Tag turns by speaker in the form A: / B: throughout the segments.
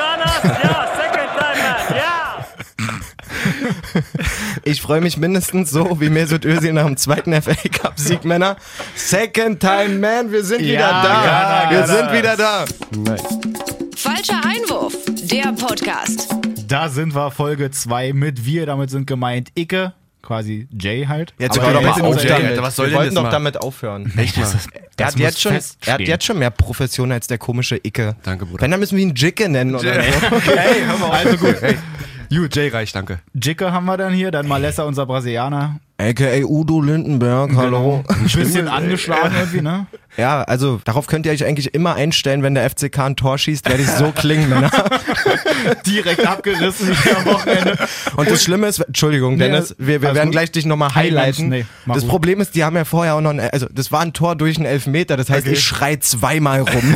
A: yeah, second time, man, yeah.
B: Ich freue mich mindestens so wie Mesut Özil nach dem zweiten FA Cup Sieg, Männer. Second time, man, wir sind
C: Ja,
B: wieder da.
C: Ghana,
B: wir
C: Ghana.
B: sind wieder da.
C: Nice.
D: Falscher Einwurf, der Podcast.
C: Da sind wir, Folge 2 mit wir. Damit sind gemeint Icke, quasi Jay halt.
B: Jetzt
C: Aber
B: hör doch
C: der
B: mal
C: ist in
B: auf
C: unserer-
B: damit.
E: Alter, was soll
B: wir
E: denn
B: wollten
E: das
B: doch
E: mal?
B: damit aufhören.
E: Echt mal.
B: Er
C: Das
B: hat,
C: muss
B: jetzt schon, er hat
C: feststehen.
B: jetzt schon mehr Profession als der komische Icke.
E: Danke, Bruder.
B: Wenn, dann müssen wir ihn Jicke nennen oder so.
E: Hey, hör mal auf. Also gut. Hey. Gut, Jay Reich, danke.
C: Jicke haben wir dann hier, dann Malessa, unser Brasilianer.
B: A.k.a. Udo Lindenberg, hallo.
C: Ein bisschen angeschlagen irgendwie, ne?
B: Genau. Ja, also darauf könnt ihr euch eigentlich immer einstellen, wenn der FCK ein Tor schießt, werde ich so klingen, Männer.
C: Direkt abgerissen hier am Wochenende.
B: Und das Schlimme ist, Entschuldigung,
C: Nee,
B: Dennis, wir, wir
C: alles
B: werden
C: gut.
B: gleich dich nochmal highlighten.
C: Mensch, nee, mach
B: das
C: gut.
B: Problem ist, die haben ja vorher auch noch, ein, also das war ein Tor durch einen Elfmeter, das heißt,
C: Okay.
B: ich schrei zweimal rum.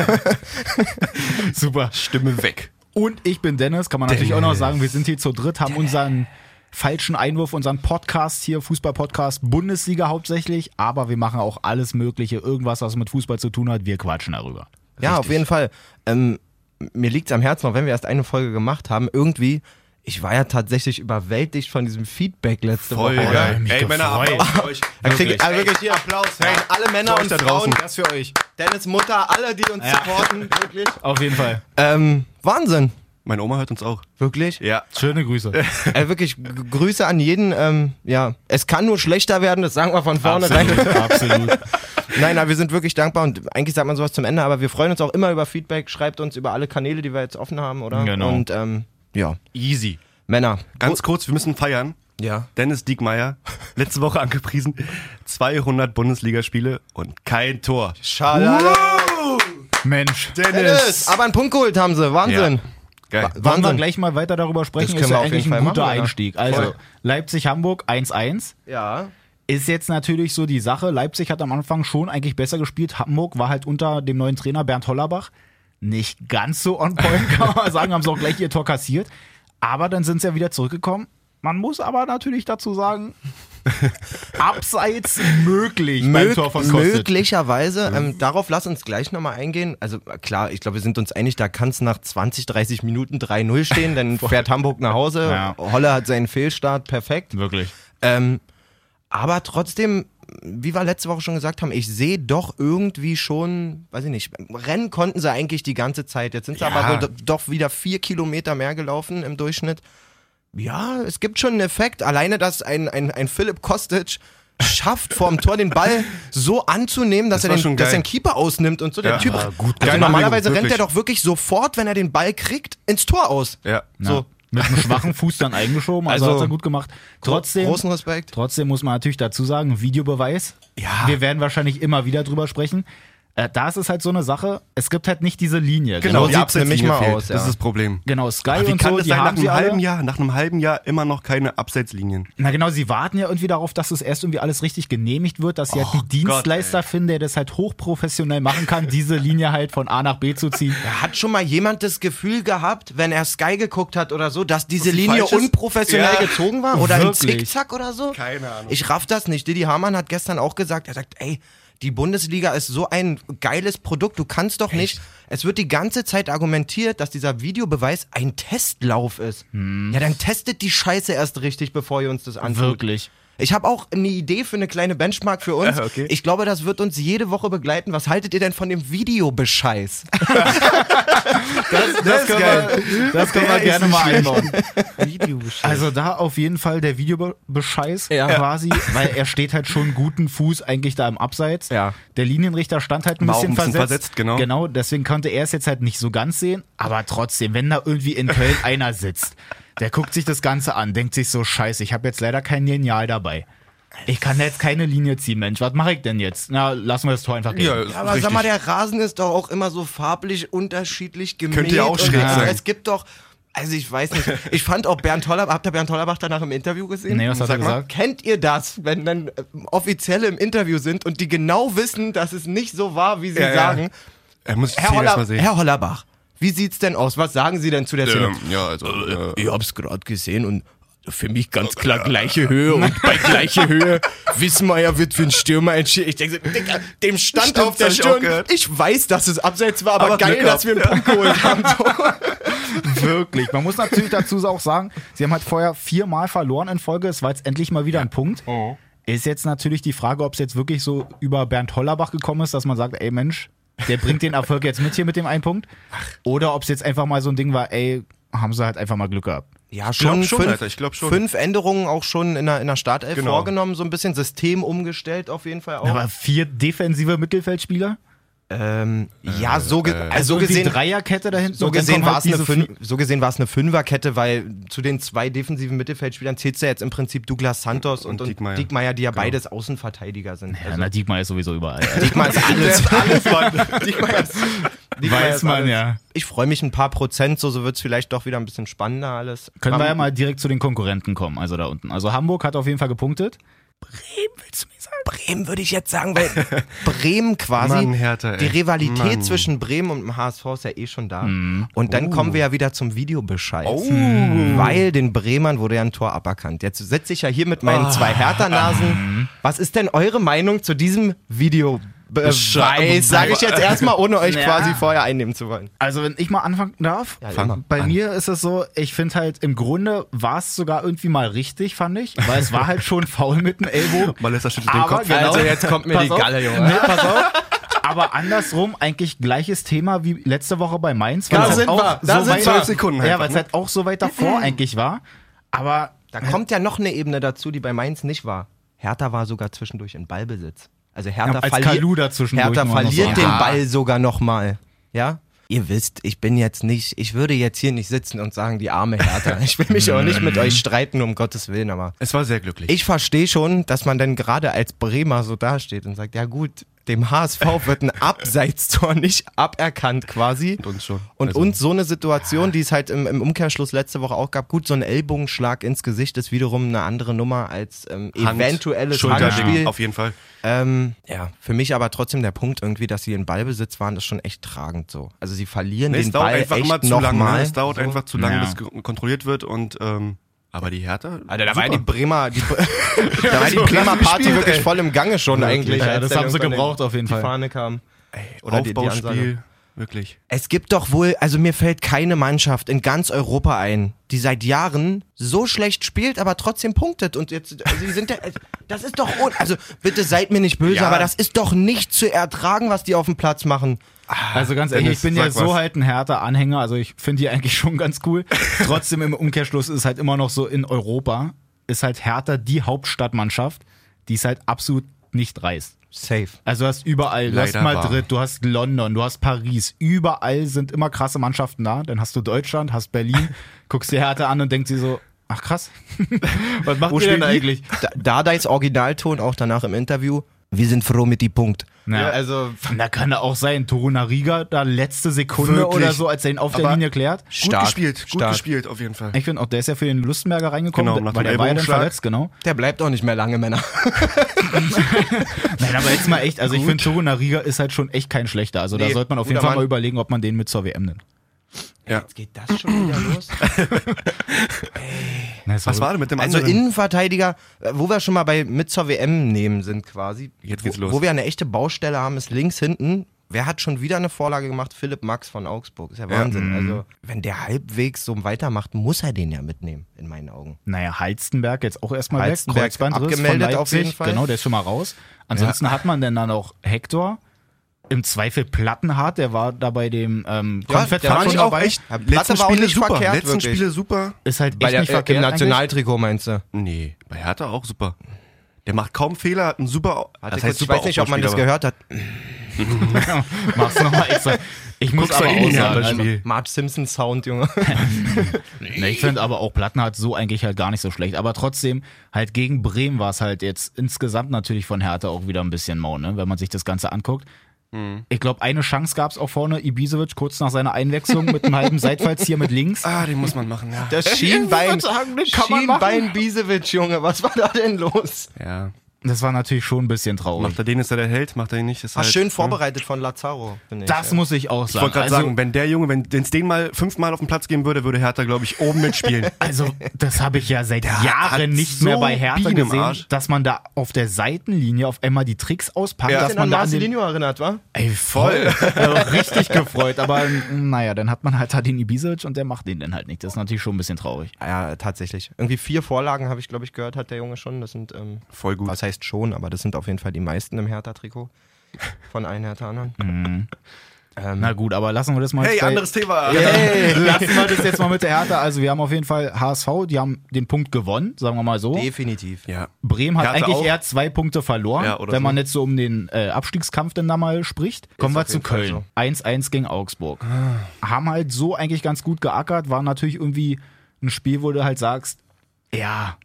C: Super.
E: Stimme weg.
C: Und ich bin Dennis, kann man natürlich auch noch sagen, wir sind hier zu dritt, haben unseren falschen Einwurf, unseren Podcast hier, Fußball-Podcast, Bundesliga hauptsächlich, aber wir machen auch alles Mögliche, irgendwas, was mit Fußball zu tun hat, wir quatschen darüber.
B: ja, auf jeden Fall. Ähm, mir liegt's am Herzen, auch wenn wir erst eine Folge gemacht haben, irgendwie, ich war ja tatsächlich überwältigt von diesem Feedback letzte
E: Voll
B: Woche.
E: geil.
C: mich
E: Ey, Männer,
C: gefreut.
E: Applaus für euch.
B: Da krieg ich,
E: Wirklich.
B: also wirklich hier Applaus. Hey, alle Männer
E: Für euch
B: und
E: da
B: Frauen,
E: draußen.
C: Das für euch.
B: Dennis Mutter, alle, die uns
C: Ja.
B: supporten, wirklich.
C: Auf jeden Fall.
B: Ähm, Wahnsinn.
E: Meine Oma hört uns auch.
B: Wirklich?
E: Ja.
C: Schöne Grüße.
B: Äh, wirklich, g- Grüße an jeden. Ähm, ja, es kann nur schlechter werden, das sagen wir von vornherein.
C: absolut.
B: Nein, aber wir sind wirklich dankbar und eigentlich sagt man sowas zum Ende, aber wir freuen uns auch immer über Feedback. Schreibt uns über alle Kanäle, die wir jetzt offen haben, oder?
C: Genau.
B: Und ähm, ja,
E: Easy.
B: Männer.
E: Ganz kurz, wir müssen feiern.
B: Ja.
E: Dennis Diekmeyer, letzte Woche angepriesen, 200 Bundesligaspiele und kein Tor.
B: Schade.
C: Mensch.
B: Dennis, aber einen Punkt geholt haben sie. Wahnsinn.
E: Ja.
B: Wa-
E: Geil.
C: Wollen wir
B: Wahnsinn.
C: gleich mal weiter darüber sprechen?
B: Das können
C: Ist ja
B: wir auf
C: eigentlich
B: jeden Fall
C: ein guter
B: machen, oder?
C: Einstieg. Also,
B: Voll.
C: Leipzig-Hamburg 1-1.
B: Ja.
C: ist jetzt natürlich so die Sache. Leipzig hat am Anfang schon eigentlich besser gespielt. Hamburg war halt unter dem neuen Trainer Bernd Hollerbach nicht ganz so on point, kann man sagen. Haben sie auch gleich ihr Tor kassiert. Aber dann sind sie ja wieder zurückgekommen. Man muss aber natürlich dazu sagen, abseits möglich beim
B: Mög
C: Tor Mhm. von Kostic.
B: möglicherweise, ähm, darauf lass uns gleich nochmal eingehen. Also äh, klar, ich glaube, wir sind uns einig, da kann es nach 20, 30 Minuten 3-0 stehen, dann fährt Hamburg nach Hause.
C: Ja.
B: Holle hat seinen Fehlstart, perfekt.
C: Wirklich.
B: Ähm, aber trotzdem, wie wir letzte Woche schon gesagt haben, ich sehe doch irgendwie schon, weiß ich nicht, rennen konnten sie eigentlich die ganze Zeit. Jetzt sind sie
E: Ja.
B: aber wohl do- doch wieder vier Kilometer mehr gelaufen im Durchschnitt. Ja, es gibt schon einen Effekt. Alleine, dass ein, ein, ein Philipp Kostic schafft, vorm Tor den Ball so anzunehmen, dass er
E: Das war
B: den,
E: schon
B: dass er
E: geil.
B: den Keeper ausnimmt und so. Der
E: Ja,
B: Typ,
E: war gut.
B: also
E: Geile
B: normalerweise
E: Anregung,
B: rennt er
E: wirklich.
B: doch wirklich sofort, wenn er den Ball kriegt, ins Tor aus.
E: Ja.
B: So,
C: Mit einem schwachen Fuß dann eingeschoben, also,
B: Also,
C: hat er gut gemacht. Trotzdem,
B: großen Respekt.
C: Trotzdem muss man natürlich dazu sagen, Videobeweis.
E: Ja.
C: Wir werden wahrscheinlich immer wieder drüber sprechen. Äh, da ist es halt so eine Sache, es gibt halt nicht diese Linie.
B: Genau,
E: Genau, die
B: sieht's
E: Absetzlinie
B: nämlich mal
E: fehlt.
B: aus, ja.
E: Das ist das Problem.
C: Genau, Sky
E: Ach, wie
C: und
E: kann
C: so,
E: das
C: die
E: sein, nach
C: haben sie
E: einem halben
C: alle.
E: Jahr, nach einem halben Jahr immer noch keine Abseitslinien?
C: Na genau, sie warten ja irgendwie darauf, dass es erst irgendwie alles richtig genehmigt wird, dass sie halt einen
E: Oh Gott,
C: Dienstleister finden, der das halt hochprofessionell machen kann, diese Linie halt von A nach B zu ziehen.
B: Hat schon mal jemand das Gefühl gehabt, wenn er Sky geguckt hat oder so, dass diese
E: die
B: Linie
E: falsch ist?
B: unprofessionell
E: Ja.
B: gezogen war? Oder ein
C: Wirklich?
B: Zickzack oder so?
E: Keine Ahnung.
B: Ich raff das nicht. Didi Hamann hat gestern auch gesagt, er sagt, ey, die Bundesliga ist so ein geiles Produkt, du kannst doch nicht. Es wird die ganze Zeit argumentiert, dass dieser Videobeweis ein Testlauf ist. Ja, dann testet die Scheiße erst richtig, bevor ihr uns das antut.
C: Wirklich.
B: Ich habe auch eine Idee für eine kleine Benchmark für uns.
E: Ah, okay.
B: Ich glaube, das wird uns jede Woche begleiten. Was haltet ihr denn von dem Videobescheiß?
C: Das,
E: können
C: wir, das können
E: Der
C: wir
E: ist
C: gerne
E: nicht
C: mal einbauen. Also da auf jeden Fall der Videobescheiß
B: Ja.
C: quasi, weil er steht halt schon guten Fuß eigentlich da im Abseits.
B: Ja.
C: Der Linienrichter stand halt ein
E: War auch
C: bisschen,
E: ein bisschen
C: versetzt.
E: versetzt, genau.
C: Genau, deswegen konnte er es jetzt halt nicht so ganz sehen. Aber trotzdem, wenn da irgendwie in Köln einer sitzt, der guckt sich das Ganze an, denkt sich so, scheiße, ich habe jetzt leider kein Lineal dabei. Ich kann da jetzt keine Linie ziehen, Mensch. Was mache ich denn jetzt? Na, lassen wir das Tor einfach gehen.
B: Ja, aber sag mal, der Rasen ist doch auch immer so farblich unterschiedlich gemäht.
E: Könnte ja auch
B: und
E: schräg
B: es-
E: sein.
B: Es gibt doch, also ich weiß nicht, ich fand auch Bernd Hollerbach, habt ihr Bernd Hollerbach danach im Interview gesehen?
C: Nee, was hat er
B: Sag mal,
C: gesagt?
B: Kennt ihr das, wenn dann äh, Offizielle im Interview sind und die genau wissen, dass es nicht so war, wie sie
E: Ja, ja.
B: sagen?
E: Er muss ich
B: Herr,
E: erst mal
B: Holler,
E: sehen.
B: Herr Hollerbach, wie sieht's denn aus? Was sagen Sie denn zu der Szene?
E: ja, also.
B: Äh, Ich hab's gerade gesehen und für mich ganz klar gleiche Höhe und bei gleicher Höhe Wissmeier wird für einen Stürmer entschieden. Ich denke so, Digga, dem stand
E: Stimmt,
B: auf der
E: hab ich auch
B: Stirn.
E: gehört.
B: Ich weiß, dass es abseits war, aber,
E: Aber
B: geil,
E: Glück
B: dass wir einen Punkt geholt haben. So.
C: Wirklich. Man muss natürlich dazu auch sagen, sie haben halt vorher viermal verloren in Folge. Es war jetzt endlich mal wieder ein Punkt.
B: Oh.
C: Ist jetzt natürlich die Frage, ob es jetzt wirklich so über Bernd Hollerbach gekommen ist, dass man sagt, ey Mensch, der bringt den Erfolg jetzt mit hier mit dem einen Punkt. Oder ob es jetzt einfach mal so ein Ding war, ey, haben sie halt einfach mal Glück gehabt.
B: Ja,
E: glaub
B: schon,
E: schon,
B: fünf,
E: Alter, ich glaub schon.
B: fünf Änderungen auch schon in der, in der Startelf
E: Genau.
B: vorgenommen, so ein bisschen System umgestellt auf jeden Fall auch.
C: Aber vier defensive Mittelfeldspieler?
B: ähm, ja, so, ge also so
C: irgendwie
B: gesehen,
C: Dreierkette da hinten.
B: so
C: und dann
B: gesehen
C: kommen
B: war
C: halt
B: es eine
C: diese
B: Fün so gesehen war es eine Fünferkette, weil zu den zwei defensiven Mittelfeldspielern zählst du ja jetzt im Prinzip Douglas Santos und,
E: Und
B: und,
E: Diekmeyer.
B: Diekmeyer. die
C: Genau.
B: ja beides Außenverteidiger sind. Also
C: Ja, na, Diekmar ist sowieso überall. Also
B: Diekmeyer ist alles. alles Diekmeyer ist, Diekmeyer
C: Weiß
B: ist
C: man, ja.
B: Ich freue mich ein paar Prozent, so, so wird es vielleicht doch wieder ein bisschen spannender alles.
C: Können wir
B: Ähm,
C: ja mal direkt zu den Konkurrenten kommen, also da unten. Also Hamburg hat auf jeden Fall gepunktet. Bremen willst du mir sagen?
B: Bremen würde ich jetzt sagen, weil Bremen quasi,
E: Mann, Hertha, ey.
B: die Rivalität
E: Mann.
B: zwischen Bremen und dem HSV ist ja eh schon da. Und dann kommen wir ja wieder zum Videobescheid. Mhm. Weil den Bremern wurde ja ein Tor aberkannt. Jetzt sitze ich ja hier mit meinen zwei Hertha-Nasen. Was ist denn eure Meinung zu diesem Videobeweis? Sage ich jetzt erstmal, ohne euch
C: Ja.
B: quasi vorher einnehmen zu wollen.
C: Also wenn ich mal anfangen darf,
B: Ja, Fang immer.
C: bei
B: an.
C: mir ist es so, ich finde halt im Grunde war es sogar irgendwie mal richtig, fand ich, weil es war halt schon faul mit dem Ellbogen.
E: Malessa schüttelt den Kopf.
B: Also jetzt kommt mir
C: Pass
B: die
C: auf.
B: Galle, Junge.
C: Nee, pass auf. Aber andersrum eigentlich gleiches Thema wie letzte Woche bei Mainz. weil
B: Da
C: es halt
B: sind
C: auch
B: wir, da
C: so
B: sind
C: weit-
B: wir.
E: 12 Sekunden
C: Ja,
E: einfach,
C: weil es
E: ne?
C: halt auch so weit davor
B: Mhm.
C: eigentlich war. Aber
B: Da kommt ja noch eine Ebene dazu, die bei Mainz nicht war. Hertha war sogar zwischendurch in Ballbesitz. Also Hertha,
C: Ja, als
B: verliert-
C: Kalu zwischendurch
B: Hertha
C: nur noch
B: verliert
C: so.
B: den
C: Ja.
B: Ball sogar nochmal. Ja? Ihr wisst, ich bin jetzt nicht, ich würde jetzt hier nicht sitzen und sagen, die arme Hertha. Ich will mich auch nicht
C: Mhm.
B: mit euch streiten, um Gottes Willen, aber
E: Es war sehr glücklich.
B: ich verstehe schon, dass man dann gerade als Bremer so dasteht und sagt, ja gut, dem HSV wird ein Abseitstor nicht aberkannt quasi. Und
E: uns schon.
B: Und
E: Also-
B: uns so eine Situation, die es halt im, im Umkehrschluss letzte Woche auch gab, gut, so ein Ellbogenschlag ins Gesicht ist wiederum eine andere Nummer als ähm,
E: Hand,
B: eventuelles
E: Schulterding,
B: Handspiel.
E: Auf jeden Fall.
B: Ähm, ja, für mich aber trotzdem der Punkt irgendwie, dass sie in Ballbesitz waren, ist schon echt tragend so. Also sie verlieren
E: Nee,
B: den Ball echt
E: immer zu
B: noch
E: lange. ne?
B: mal.
E: Es dauert
B: so.
E: einfach zu lange,
C: Ja.
E: bis ge- kontrolliert wird und ähm, aber die Hertha.
B: Alter, da war ja die
E: super.
B: Bremer, die, da war die Bremer Party wirklich voll im Gange schon eigentlich.
C: Ja,
B: als
C: das
B: dann
C: haben sie
B: irgendwann
C: gebraucht auf jeden
B: die
C: Fall.
B: Fahne kam.
E: oder
B: oder die- die
E: Aufbauspiel.
B: Ansage.
E: Wirklich.
B: Es gibt doch wohl, also mir fällt keine Mannschaft in ganz Europa ein, die seit Jahren so schlecht spielt, aber trotzdem punktet. Und jetzt, also die sind da, das ist doch, un- also bitte seid mir nicht böse,
E: Ja.
B: aber das ist doch nicht zu ertragen, was die auf dem Platz machen. Ah,
C: Also ganz ehrlich,
E: Dennis,
C: ich bin
E: sag
C: ja so
E: was.
C: halt ein härter Anhänger, also ich finde die eigentlich schon ganz cool. Trotzdem im Umkehrschluss ist halt immer noch so in Europa ist halt Hertha die Hauptstadtmannschaft, die es halt absolut nicht reißt.
B: Safe.
C: Also du hast überall, du hast
E: Leider wahr.
C: Madrid, du hast London, du hast Paris, überall sind immer krasse Mannschaften da. Dann hast du Deutschland, hast Berlin, guckst dir Hertha an und denkst dir so, ach krass, was macht
B: Wo
C: ihr denn
B: stehen die?
C: eigentlich?
B: Da, Dardais Originalton auch danach im Interview. Wir sind froh mit die Punkt.
C: Ja,
B: also
C: Da kann er auch sein, Torunariga da letzte Sekunde
E: Wirklich.
C: oder so, als er ihn auf der
E: Aber-
C: Linie klärt.
B: Stark,
E: gut gespielt, gut
B: stark.
E: gespielt auf jeden Fall.
C: Ich finde auch, der ist ja für den Lustenberger reingekommen,
E: Genau, nach
C: weil
E: dem
C: der war ja dann
E: Ellbogenschlag.
C: verletzt, genau.
B: der bleibt auch nicht mehr lange, Männer.
C: Nein, aber jetzt mal echt, also ich
E: Gut.
C: finde, Torunariga ist halt schon echt kein schlechter. Also da
B: Nee,
C: sollte man auf jeden
B: guter
C: Fall mal
B: Mann.
C: überlegen, ob man den mit zur WM nimmt.
E: Ja.
B: Geht das schon wieder los?
E: Was war denn mit dem
B: Also
E: anderen?
B: Innenverteidiger, äh, wo wir schon mal bei mit zur WM nehmen sind quasi.
E: Jetzt geht's
B: wo,
E: los.
B: Wo wir eine echte Baustelle haben, ist links hinten. Wer hat schon wieder eine Vorlage gemacht? Philipp Max von Augsburg. Ist ja Wahnsinn. Also, wenn der halbwegs so weitermacht, muss er den ja mitnehmen, in meinen Augen.
C: Naja, Halstenberg jetzt auch erstmal weg.
B: Halstenberg
C: Kreuzbandriss
B: abgemeldet
C: von
B: auf jeden
C: Leipzig.
B: Fall.
C: Genau, der ist schon mal raus. Ansonsten hat man denn dann auch Hector. Im Zweifel Plattenhardt, der war da bei dem ähm,
B: Ja,
C: Confed
B: der
C: Cup
B: war
C: schon
B: nicht auch
C: dabei.
B: echt- Ja, Platte war auch nicht
E: super.
B: verkehrt,
E: Letzten
B: wirklich.
E: Spiele super.
C: Ist halt echt
B: Bei der,
C: nicht
B: äh, Im
C: verkehrt eigentlich.
B: Nationaltrikot meinst du?
E: Nee, bei Hertha auch super. Der macht kaum Fehler, hat einen super.
B: Warte kurz, ich weiß nicht, ob man das
E: Aufbauspieler,
B: gehört hat.
C: Mach's nochmal extra. Ich muss
E: Guck's
C: aber
E: mal in
C: auch
E: die
C: sagen,
E: Hand,
C: also,
E: Spiel.
B: Marge Simpson Sound, Junge.
C: Ne, ich finde aber auch Plattenhardt so eigentlich halt gar nicht so schlecht. Aber trotzdem, halt gegen Bremen war es halt jetzt insgesamt natürlich von Hertha auch wieder ein bisschen mau, ne? wenn man sich das Ganze anguckt.
E: Mhm.
C: Ich glaube, eine Chance gab es auch vorne. Ibisevic kurz nach seiner Einwechslung mit einem halben Seitfalls hier mit links.
E: Ah, den muss man machen, ja.
B: Das Schienbein,
C: Ich würd sagen, das kann man
B: Schienbein Bisevic, Junge. Was war da denn los?
E: ja.
C: Das war natürlich schon ein bisschen traurig.
E: Macht er den, ist er der Held, macht er ihn nicht, ist
B: War
E: halt,
B: schön vorbereitet von Lazaro, finde ich.
C: Das muss ich auch
E: Ich
C: sagen.
E: wollte gerade
C: also,
E: sagen, wenn der Junge, wenn es den mal fünfmal auf den Platz geben würde, würde Hertha, glaube ich, oben mitspielen.
C: Also, das habe ich ja seit
E: hat halt
C: Jahren nicht
E: so
C: mehr bei Hertha
E: Bienen im
C: gesehen,
E: Arsch.
C: dass man da auf der Seitenlinie auf einmal die Tricks auspackt,
B: Hat
C: dass
B: den an
C: man da an den,
B: Marcelinho erinnert, wa?
C: Ey, voll. also, richtig gefreut, aber m, naja, dann hat man halt da den Ibisevic und der macht den dann halt nicht. Das ist natürlich schon ein bisschen traurig.
B: Ja, tatsächlich. Irgendwie vier Vorlagen habe ich, glaube ich, gehört, hat der Junge schon. Das sind, ähm,
E: Voll gut.
B: was heißt schon, aber das sind auf jeden Fall die meisten im Hertha-Trikot. Von allen Herthanern.
C: Na gut, aber lassen wir das mal.
E: Hey,
C: jetzt bei-
E: anderes Thema.
C: Hey, lassen wir das jetzt mal mit der Hertha. Also wir haben auf jeden Fall HSV, die haben den Punkt gewonnen, sagen wir mal so.
B: Definitiv.
E: Ja.
C: Bremen hat
E: Hertha
C: eigentlich
E: auch.
C: eher zwei Punkte verloren,
E: Ja, oder
C: wenn
E: so.
C: man jetzt so um den äh, Abstiegskampf denn da mal spricht. Kommen wir
B: auf
C: zu
B: jeden Fall
C: Köln. 1-1 gegen Augsburg.
E: Ah.
C: Haben halt so eigentlich ganz gut geackert, war natürlich irgendwie ein Spiel, wo du halt sagst, ja.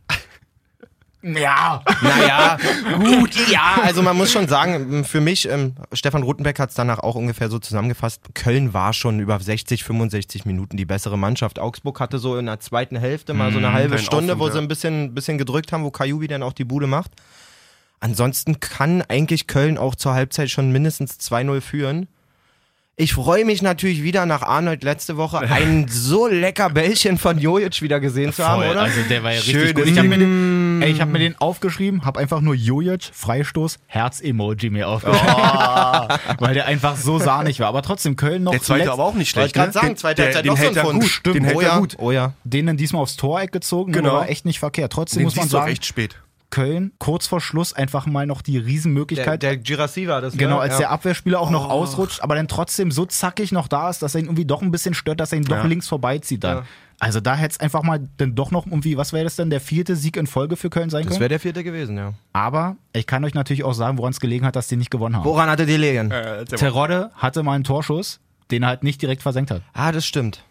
C: Ja,
B: Naja, gut. Ja, also man muss schon sagen, für mich, ähm, Stefan Rutenbeck hat es danach auch ungefähr so zusammengefasst, Köln war schon über 60, 65 Minuten die bessere Mannschaft. Augsburg hatte so in der zweiten Hälfte mal so eine halbe
E: kleinen
B: Stunde, wo
E: Mhm, Aufwind,
B: sie
E: ja.
B: ein bisschen, bisschen gedrückt haben, wo Kajubi dann auch die Bude macht. Ansonsten kann eigentlich Köln auch zur Halbzeit schon mindestens 2-0 führen. Ich freue mich natürlich wieder nach Arnold letzte Woche ein so lecker Bällchen von Jojic wieder gesehen zu haben,
C: Voll,
B: oder?
C: Also der war ja richtig
E: Schönes
C: gut. Ich habe mir, den- ey, ich hab mir den aufgeschrieben, habe einfach nur Jojic, Freistoß, Herz-Emoji mir aufgeschrieben. Weil der einfach so sahnig war. Aber trotzdem, Köln noch
E: Oh. Der zweite
C: zuletzt-
E: aber auch nicht
B: Wollte
E: schlecht.
B: gerade
E: ne?
B: sagen,
E: Den-
B: zweite
E: der-
B: Halbzeit
E: den
B: noch so
E: hält
B: ein
E: er
B: Fund.
E: gut.
B: Stimmt,
E: Den hält
B: oh
E: er
B: ja,
E: gut.
B: oh ja.
C: Den dann diesmal aufs Toreck gezogen,
E: Genau.
C: genau. war echt nicht verkehrt. Trotzdem
E: Den
C: muss man
E: siehst du auch
C: sagen,
E: echt spät.
C: Köln kurz vor Schluss einfach mal noch die
B: Der,
C: Riesenmöglichkeit.
B: der Girassi war das.
C: Genau,
B: ne?
C: als der Abwehrspieler auch noch
E: Oh.
C: ausrutscht, aber dann trotzdem so zackig noch da ist, dass er ihn irgendwie doch ein bisschen stört, dass er ihn doch
E: Ja.
C: links vorbeizieht dann.
B: Ja.
C: Also da hätte es einfach mal dann doch noch irgendwie, was wäre das denn, der vierte Sieg in Folge für Köln sein
B: Das
C: können?
B: wäre der vierte gewesen, ja.
C: Aber ich kann euch natürlich auch sagen, woran es gelegen hat, dass die nicht gewonnen haben.
B: Woran hatte die Legen?
C: Terodde hatte mal einen Torschuss, den er halt nicht direkt versenkt hat.
B: Ah, das stimmt.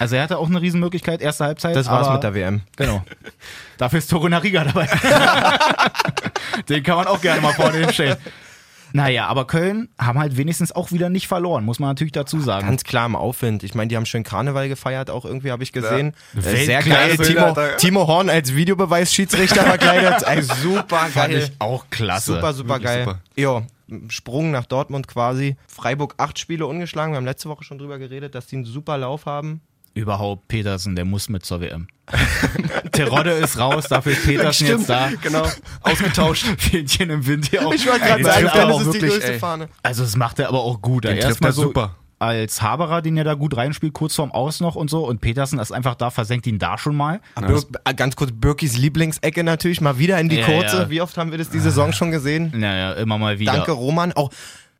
C: Also er hatte auch eine Riesenmöglichkeit, erste Halbzeit.
B: Das war's
C: aber-
B: mit der WM.
C: Genau. Dafür ist Toruna Riga dabei. Den kann man auch gerne mal vorne hinstellen. Naja, aber Köln haben halt wenigstens auch wieder nicht verloren, muss man natürlich dazu sagen.
B: Ganz klar im Aufwind. Ich meine, die haben schön Karneval gefeiert, auch irgendwie habe ich gesehen. Äh, sehr geil.
C: Weltklasse,
B: Timo,
E: Alter.
B: Timo Horn als Videobeweisschiedsrichter verkleidet. Ey, super
C: Fand
B: geil.
C: ich auch klasse.
B: Super, super
E: Wirklich
B: geil.
E: super.
B: Jo, Sprung nach Dortmund quasi. Freiburg acht Spiele ungeschlagen. Wir haben letzte Woche schon drüber geredet, dass die einen super Lauf haben.
C: Überhaupt Petersen, der muss mit zur WM. Terodde ist raus, dafür ist Petersen jetzt da.
E: Genau. Ausgetauscht.
C: Fähnchen im Wind hier auch.
E: gerade
C: Den
E: sagen,
C: trifft er
E: Dennis
C: auch
E: ist die
C: wirklich,
E: größte
C: ey.
B: Fahne.
C: Also das macht er aber auch gut. Den
E: trifft er super.
C: Als Haberer, den er da gut reinspielt, kurz vorm Aus noch und so. Und Petersen ist einfach da, versenkt ihn da schon mal.
B: Bir Ah, ganz kurz, Birkis Lieblingsecke natürlich, mal wieder in die
C: Ja,
B: kurze.
C: ja.
B: Wie oft haben wir das die Saison schon gesehen?
C: Naja, immer mal wieder.
B: Danke, Roman. Auch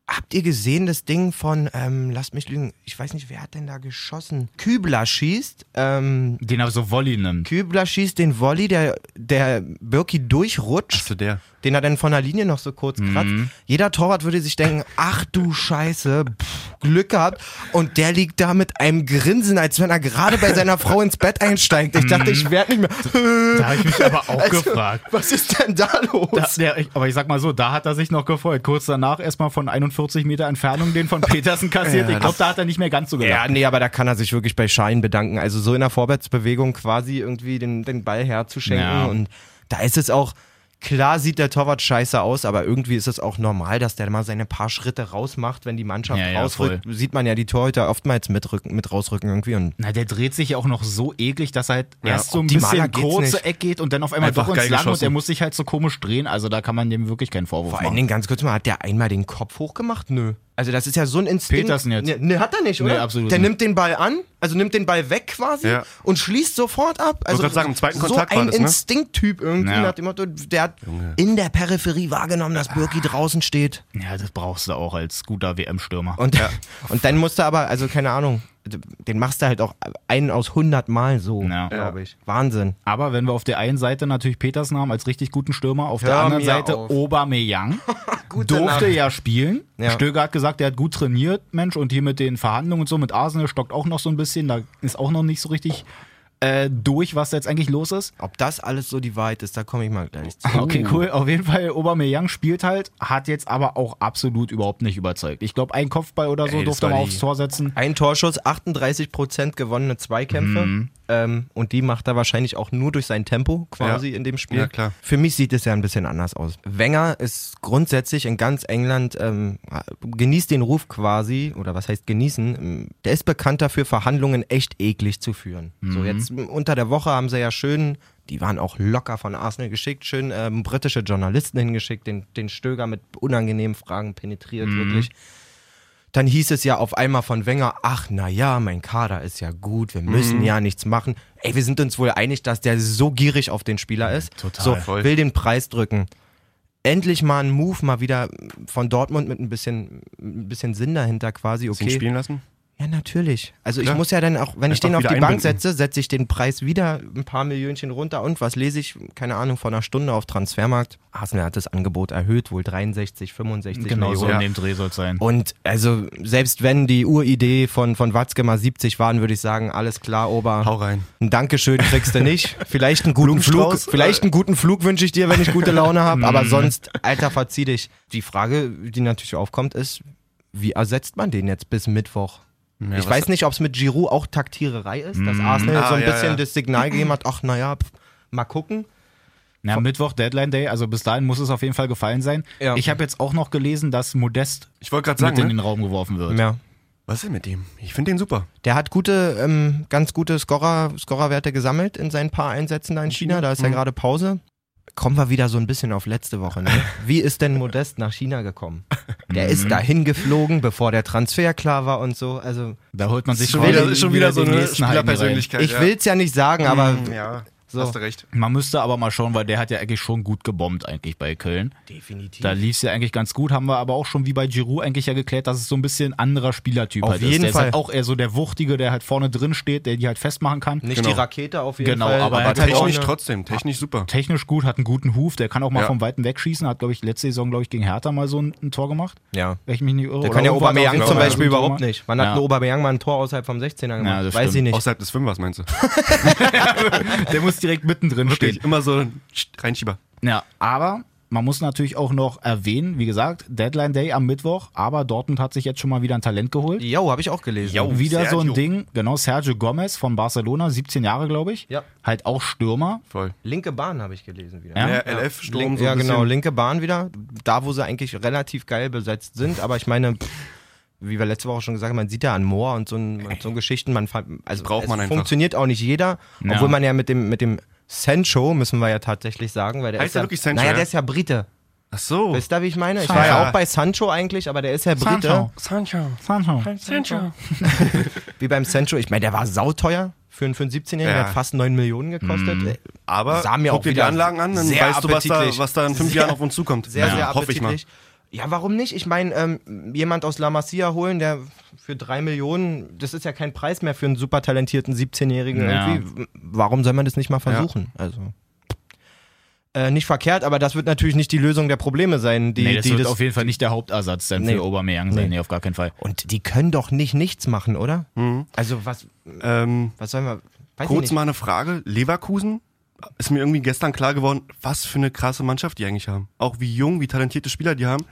B: habt ihr gesehen das Ding von, ähm, lasst mich lügen, ich weiß nicht, wer hat denn da geschossen? Kübler schießt, ähm,
C: Den er so Volley nimmt.
B: Kübler schießt den Volley, der, der Birki durchrutscht,
E: Zu der.
B: den er dann von der Linie noch so kurz
C: Mhm.
B: kratzt. Jeder Torwart würde sich denken, ach du Scheiße, pff, Glück gehabt. Und der liegt da mit einem Grinsen, als wenn er gerade bei seiner Frau ins Bett einsteigt. Ich dachte,
C: Mhm.
B: ich werde nicht mehr.
C: Da habe ich mich aber auch
B: Also,
C: gefragt.
B: Was ist denn da los?
C: Da, der, ich, aber ich sag mal so, da hat er sich noch gefreut. Kurz danach erstmal von 41 Meter Entfernung den von Petersen kassiert. ich glaube, da hat er nicht mehr ganz so
B: Ja,
C: gelacht.
B: nee, aber da kann er sich wirklich bei Schein bedanken. Also so in der Vorwärtsbewegung quasi irgendwie den, den Ball herzuschenken.
C: Ja.
B: Und da ist es auch, klar sieht der Torwart scheiße aus, aber irgendwie ist es auch normal, dass der mal seine paar Schritte rausmacht, wenn die Mannschaft
C: Ja, ja,
B: rausrückt. Sieht man ja die Torhüter oftmals mitrücken, mit rausrücken irgendwie. Und
C: Na, der dreht sich ja auch noch so eklig, dass er halt erst so ein
B: optimaler
C: bisschen
B: geht's
C: kurze
B: nicht.
C: Eck geht und dann auf einmal
E: Einfach
C: doch ins
E: geil
C: Lang und
E: geschossen.
C: der muss sich halt so komisch drehen. Also da kann man dem wirklich keinen Vorwurf
B: vor allen
C: machen.
B: Dingen ganz kurz mal, hat der einmal den Kopf hochgemacht? Nö. Also das ist ja so ein Instinkt.
C: Petersen jetzt.
B: Nee, nee, hat er nicht, oder?
C: Nee, absolut
B: Der
C: nicht.
B: nimmt den Ball an, also nimmt den Ball weg quasi
E: Ja.
B: und schließt sofort ab. Also
E: grad sagen, im zweiten
B: so
E: Kontakt
B: ein
E: war das, ne?
B: Instinkttyp irgendwie
C: Ja.
B: nach dem Motto, der hat in der Peripherie wahrgenommen, dass Birki
E: Ah.
B: draußen steht.
C: Ja, das brauchst du auch als guter WM-Stürmer.
B: Und, und dann musst du aber, also keine Ahnung, den machst du halt auch einen aus 100 Mal so,
C: Ja.
B: glaube ich. Wahnsinn.
C: Aber wenn wir auf der einen Seite natürlich Petersen haben als richtig guten Stürmer, auf der
B: Hör
C: anderen
B: mir
C: Seite
B: auf.
C: Aubameyang durfte
B: Nacht.
C: ja spielen.
B: Ja.
C: Stöger hat gesagt, er hat gut trainiert, Mensch, und hier mit den Verhandlungen und so mit Arsenal stockt auch noch so ein bisschen, da ist auch noch nicht so richtig äh, durch, was da jetzt eigentlich los ist.
B: Ob das alles so die Wahrheit ist, da komme ich mal gleich zu.
C: Okay,
E: Hm.
C: cool. Auf jeden Fall, Aubameyang spielt halt, hat jetzt aber auch absolut überhaupt nicht überzeugt. Ich glaube, ein Kopfball oder so
E: Ey, das
C: durfte
E: war
C: man
E: die-
C: aufs Tor setzen.
E: Mhm.
B: Ein Torschuss, 38% gewonnene Zweikämpfe. Ähm, und die macht er wahrscheinlich auch nur durch sein Tempo quasi
E: Ja.
B: in dem Spiel.
E: Ja, klar.
B: Für mich sieht es ja ein bisschen anders aus. Wenger ist grundsätzlich in ganz England, ähm, genießt den Ruf quasi, oder was heißt genießen, ähm, der ist bekannt dafür, Verhandlungen echt eklig zu führen.
E: Mhm.
B: So jetzt m, unter der Woche haben sie ja schön, die waren auch locker von Arsenal geschickt, schön ähm, britische Journalisten hingeschickt, den, den Stöger mit unangenehmen Fragen penetriert,
E: Mhm.
B: wirklich dann hieß es ja auf einmal von Wenger, ach na ja, mein Kader ist ja gut, wir müssen
E: Mhm.
B: ja nichts machen. Ey, wir sind uns wohl einig, dass der so gierig auf den Spieler
E: Mhm,
B: ist.
C: total.
B: So,
E: Voll.
B: will den Preis drücken. Endlich mal ein Move, mal wieder von Dortmund mit ein bisschen, ein bisschen Sinn dahinter quasi.
E: Bisschen
B: Okay,
E: spielen lassen?
B: ja, natürlich. Also ich
E: Klar.
B: muss ja dann auch, wenn ich
E: Einfach
B: den auf die
E: wieder
B: Bank
E: einbinden.
B: setze, setze ich den Preis wieder ein paar Millionchen runter und was lese ich, keine Ahnung, vor einer Stunde auf Transfermarkt. Arsenal hat das Angebot erhöht, wohl 63, 65
C: Genau so
B: Millionen.
C: in
E: Ja.
C: dem Dreh soll es sein.
B: Und also selbst wenn die Uridee von, von Watzke mal 70 waren, würde ich sagen, alles klar, Ober.
E: Hau rein.
B: Ein Dankeschön kriegst du nicht. Vielleicht einen guten Flug.
E: Blumenstrauß. Hm.
B: Vielleicht einen guten Flug wünsche ich dir, wenn ich gute Laune habe. aber sonst, Alter, verzieh dich. Die Frage, die natürlich aufkommt, ist, wie ersetzt man den jetzt bis Mittwoch? ich
E: was-
B: weiß nicht, ob es mit Giroud auch Taktiererei ist, dass Arsenal
E: Ah,
B: so ein
E: ja,
B: bisschen
E: ja.
B: das Signal gegeben hat, ach naja, pf, mal gucken.
C: Na, Mittwoch, Deadline Day, also bis dahin muss es auf jeden Fall gefallen sein.
B: Ja.
C: Ich habe jetzt auch noch gelesen, dass Modest
E: Ich wollte gerade
C: mit in
E: sagen,
C: den
E: ne?
C: Raum geworfen wird.
B: Ja.
E: was ist denn mit dem? Ich finde den super.
B: Der hat gute, ähm, ganz gute Scorer, Scorerwerte gesammelt in seinen paar Einsätzen da in China. Da ist ja gerade Pause. Kommen wir wieder so ein bisschen auf letzte Woche. Ne? Wie ist denn Modest nach China gekommen? Der ist dahin geflogen, bevor der Transfer klar war und so. Also
C: Da holt man sich
E: Schon
C: quasi
E: wieder, ist schon wieder so
C: den
E: eine
C: nächsten Heini rein.
E: Spielerpersönlichkeit.
B: ich will's ja nicht sagen,
E: ja.
B: aber
E: Ja,
B: so.
E: Mhm. hast du recht.
C: Man müsste aber mal schauen, weil der hat ja eigentlich schon gut gebombt eigentlich bei Köln.
B: definitiv.
C: Da lief es ja eigentlich ganz gut, haben wir aber auch schon wie bei Giroud eigentlich ja geklärt, dass es so ein bisschen anderer Spielertyp
B: Auf
C: halt ist.
B: jeden
C: der
B: Fall.
C: ist halt auch eher so der Wuchtige, der halt vorne drin steht, der die halt festmachen kann.
B: nicht
E: Genau.
B: die Rakete auf jeden
C: Genau,
B: Fall.
C: aber er
E: Aber
C: hat halt auch
E: technisch
B: eine-
E: trotzdem, technisch super.
C: Technisch gut, hat einen guten Huf, der kann auch mal
E: Ja.
C: vom Weiten wegschießen, hat glaube ich letzte Saison glaube ich gegen Hertha mal so ein, ein Tor gemacht.
B: Ja.
C: Wenn ich mich nicht
B: Der
C: irre. Oder
B: kann ja
C: irgendwann auf
B: Aubameyang
C: jeden
B: zum
C: Fall
B: Beispiel
C: ein Tor
B: überhaupt
C: gemacht.
B: nicht. Man hat
C: Ja.
B: einen Aubameyang mal ein Tor außerhalb vom 16er
C: Ja,
B: gemacht.
C: das
B: Weiß ich
C: stimmt.
B: nicht.
E: Außerhalb des Fünfers meinst du?
C: Der muss direkt mittendrin
E: Wirklich,
C: stehen.
E: immer so ein Reinschieber.
C: Ja, aber man muss natürlich auch noch erwähnen, wie gesagt, Deadline Day am Mittwoch, aber Dortmund hat sich jetzt schon mal wieder ein Talent geholt.
B: Jo, habe ich auch gelesen.
E: Jo.
C: wieder so
E: Sergio.
C: ein Ding, genau, Sergio Gomez von Barcelona, 17 Jahre, glaube ich.
B: Ja.
C: Halt auch Stürmer.
E: Voll.
B: Linke Bahn habe ich gelesen wieder.
C: Ja.
E: Ja, LF-Sturm
B: Link,
E: so
B: ja,
E: ein bisschen.
B: genau, linke Bahn wieder. Da, wo sie eigentlich relativ geil besetzt sind. Aber ich meine, pff, wie wir letzte Woche schon gesagt haben, man sieht ja an Moor und so, ein, und so ein Geschichten, man, fa- also
E: braucht
B: es
E: man einfach.
B: funktioniert auch nicht jeder.
C: Ja.
B: Obwohl man ja mit dem, mit dem Sancho, müssen wir ja tatsächlich sagen, weil der
E: Heißt
B: ist
E: der
B: ja,
E: wirklich Sancho,
B: Naja,
E: ja? Oh.
B: der ist ja Brite.
E: Ach so.
B: Wisst ihr, wie ich meine? Ich
C: Sancho.
B: war ja auch bei Sancho eigentlich, aber der ist ja Brite.
C: Ah, Sancho.
E: Sancho.
C: Sancho.
E: Sancho.
B: Wie beim Sancho. Ich meine, der war sauteuer für einen, für einen 17-Jährigen, der
E: Ja.
B: hat fast 9 Millionen gekostet.
C: Mhm.
E: Aber
B: Sah mir
E: guck
B: auch
E: dir die
B: wieder
E: Anlagen an, dann
B: sehr
E: weißt du, was da,
B: appetitlich.
E: was da in fünf
B: Sehr-
E: Jahren auf uns zukommt.
B: sehr,
E: ja,
B: sehr
E: Hoffe ich
B: appetitlich.
E: mal.
B: Ja, warum nicht? Ich meine, ähm, jemand aus La Masia holen, der für drei Millionen, das ist ja kein Preis mehr für einen super talentierten 17-Jährigen
C: Ja.
B: irgendwie. Warum soll man das nicht mal versuchen? Also. Äh, nicht verkehrt, aber das wird natürlich nicht die Lösung der Probleme sein, die,
C: Nee, das
B: die
C: wird auf jeden Fall nicht der Hauptersatz dann
B: Nee.
C: für Aubameyang sein.
B: Nee.
C: Nee, auf gar keinen Fall.
B: Und die können doch nicht nichts machen, oder? Also was,
E: Ähm,
B: was sollen wir. Weiß ich
E: kurz
B: nicht.
E: mal eine Frage. Leverkusen ist mir irgendwie gestern klar geworden, was für eine krasse Mannschaft die eigentlich haben. Auch wie jung, wie talentierte Spieler die haben.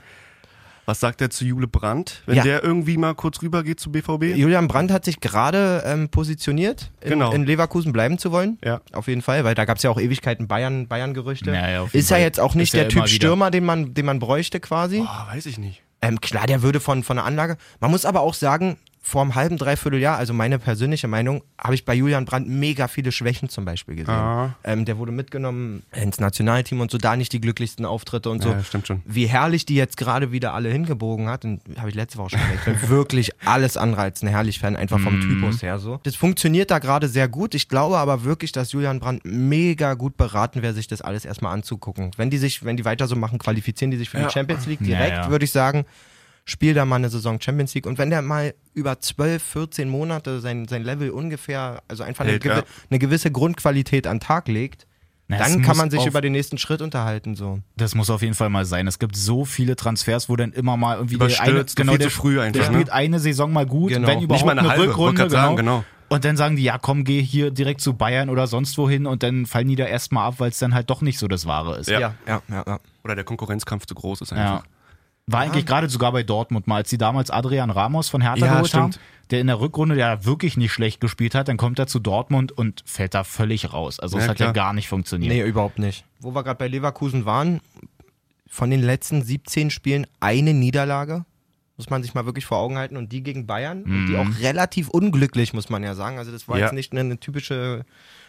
E: Was sagt der zu Jule Brandt, wenn
B: Ja.
E: der irgendwie mal kurz rüber geht zu BVB?
B: Julian Brandt hat sich gerade ähm, positioniert, in,
E: Genau.
B: in Leverkusen bleiben zu wollen.
E: Ja.
B: Auf jeden Fall, weil da gab es ja auch Ewigkeiten Bayern, Bayern-Gerüchte.
C: Ja, ja, auf jeden
B: ist ja
C: Fall.
B: jetzt auch nicht
C: Ist ja
B: der Typ
C: immer wieder.
B: Stürmer, den man, den man bräuchte quasi.
E: Ah, weiß ich nicht.
B: Ähm, klar, der würde von, von der Anlage. Man muss aber auch sagen, vor einem halben, dreiviertel Jahr, also meine persönliche Meinung, habe ich bei Julian Brandt mega viele Schwächen zum Beispiel gesehen.
E: Ah.
B: Ähm, der wurde mitgenommen ins Nationalteam und so, da nicht die glücklichsten Auftritte und so.
E: Ja, stimmt schon.
B: Wie herrlich die jetzt gerade wieder alle hingebogen hat, und habe ich letzte Woche schon gesagt. Ich bin wirklich alles anreizend, herrlich Fan, einfach
E: Mhm.
B: vom Typus her so. Das funktioniert da gerade sehr gut. Ich glaube aber wirklich, dass Julian Brandt mega gut beraten wäre, sich das alles erstmal anzugucken. Wenn die sich, wenn die weiter so machen, qualifizieren die sich für
E: Ja.
B: die Champions League direkt,
C: Ja, ja.
B: würde ich sagen spiel da mal eine Saison Champions League und wenn der mal über 12, 14 Monate sein, sein Level ungefähr, also einfach eine,
E: Hält,
B: gewi
E: ja.
B: eine gewisse Grundqualität an den Tag legt,
C: Na, es
B: dann kann
C: muss
B: man sich
C: auf-
B: über den nächsten Schritt unterhalten. So.
C: Das muss auf jeden Fall mal sein. Es gibt so viele Transfers, wo dann immer mal irgendwie
E: Überstürzt,
C: der eine, genau,
E: viel
C: der,
E: zu früh einfach,
C: der
E: ne?
C: spielt eine Saison mal gut,
B: Genau.
C: wenn
B: Nicht
C: überhaupt
E: mal eine
C: eine,
E: halbe, wollte
C: Rückrunde,
E: grad sagen, genau.
C: Und dann sagen die, ja komm, geh hier direkt zu Bayern oder sonst wohin und dann fallen die da erstmal ab, weil es dann halt doch nicht so das Wahre ist.
E: Ja.
B: ja, ja, ja.
E: Oder der Konkurrenzkampf zu groß ist
C: Ja.
E: einfach.
C: War eigentlich gerade sogar bei Dortmund mal, als sie damals Adrian Ramos von Hertha
E: Ja,
C: geholt haben,
E: stimmt.
C: der in der Rückrunde ja wirklich nicht schlecht gespielt hat, dann kommt er zu Dortmund und fällt da völlig raus. Also es
E: Ja,
C: hat ja
E: klar.
C: gar nicht funktioniert.
B: Nee, überhaupt nicht. Wo wir gerade bei Leverkusen waren, von den letzten 17 Spielen eine Niederlage. Muss man sich mal wirklich vor Augen halten. Und die gegen Bayern. Und
C: Mhm.
B: die auch relativ unglücklich, muss man ja sagen. Also das war
E: Ja.
B: jetzt nicht eine, eine typische,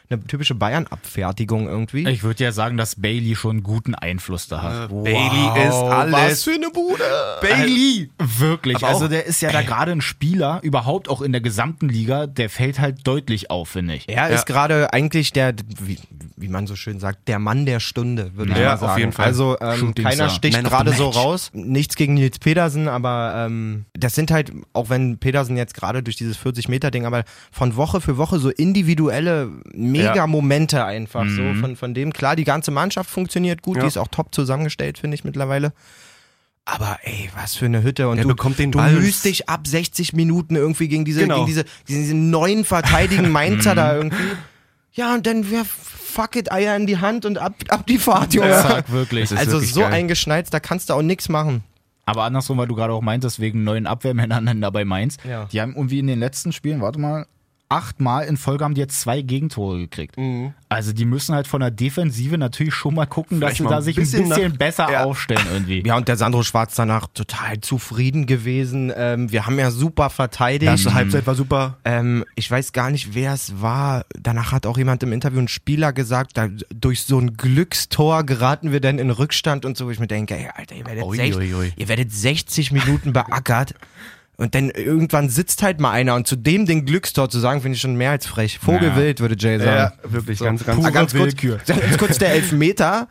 B: eine typische Bayern-Abfertigung irgendwie.
C: Ich würde ja sagen, dass Bailey schon guten Einfluss da
E: Äh,
C: hat.
E: Bailey ist alles.
B: Oh, eine Bude!
E: Bailey!
C: Wirklich,
E: Aber
C: also
E: auch-
C: der ist ja da gerade ein Spieler, überhaupt auch in der gesamten Liga, der fällt halt deutlich auf, finde ich.
B: Er ist
E: Ja.
B: gerade eigentlich der, wie, wie man so schön sagt, der Mann der Stunde, würde ich
E: Ja,
B: mal
E: auf
B: sagen.
E: jeden Fall.
B: Also ähm,
C: Shooting
B: keiner
C: Star.
B: sticht
E: Man of
B: gerade
E: the
B: so
E: match.
B: raus. Nichts gegen Nils Pedersen, aber ähm, das sind halt, auch wenn Pedersen jetzt gerade durch dieses 40-Meter-Ding, aber von Woche für Woche so individuelle Mega-Momente einfach so von, von dem. Klar, die ganze Mannschaft funktioniert gut,
E: Mhm. Ja.
B: die ist auch top zusammengestellt, finde ich mittlerweile. Aber ey, was für eine Hütte. Und
E: Der
B: du,
E: bekommt den
B: du
E: Ball.
B: mühst dich ab 60 Minuten irgendwie gegen diese,
E: Genau.
B: gegen diese, diese, diese neuen verteidigen Mainzer
E: Mhm.
B: da irgendwie. Ja, und dann wir fuck it, Eier in die Hand und ab, ab die Fahrt, Junge.
C: Zack, wirklich.
E: ist
B: also
E: wirklich
B: so
E: geil.
B: eingeschneit, da kannst du auch nichts machen.
C: Aber andersrum, weil du gerade auch meintest, wegen neuen Abwehrmännern dann dabei Mainz.
B: Ja.
C: Die haben irgendwie in den letzten Spielen, warte mal, achtmal in Folge haben die jetzt zwei Gegentore gekriegt. Also die müssen halt von der Defensive natürlich schon mal gucken,
E: Vielleicht
C: dass sie
E: mal
C: da
E: ein
C: sich ein bisschen,
E: bisschen nach-
C: besser
E: Ja.
C: aufstellen irgendwie.
B: Ja, und der Sandro Schwarz danach total zufrieden gewesen. Ähm, wir haben ja super verteidigt. Mhm.
E: Erste Halbzeit war super.
B: Ähm, ich weiß gar nicht, wer es war. Danach hat auch jemand im Interview ein Spieler gesagt, da, durch so ein Glückstor geraten wir dann in Rückstand und so. wo Ich mir denke, ey, Alter, ihr werdet,
E: Ui,
B: sech-
E: ui, ui.
B: Ihr werdet 60 Minuten beackert. Und dann irgendwann sitzt halt mal einer und zu dem den Glückstor zu sagen, finde ich schon mehr als frech. Vogelwild, würde Jay sagen.
E: wirklich,
B: So.
E: ganz, ganz,
B: Ah, ganz, kurz,
C: Willkür.
B: ganz kurz der Elfmeter.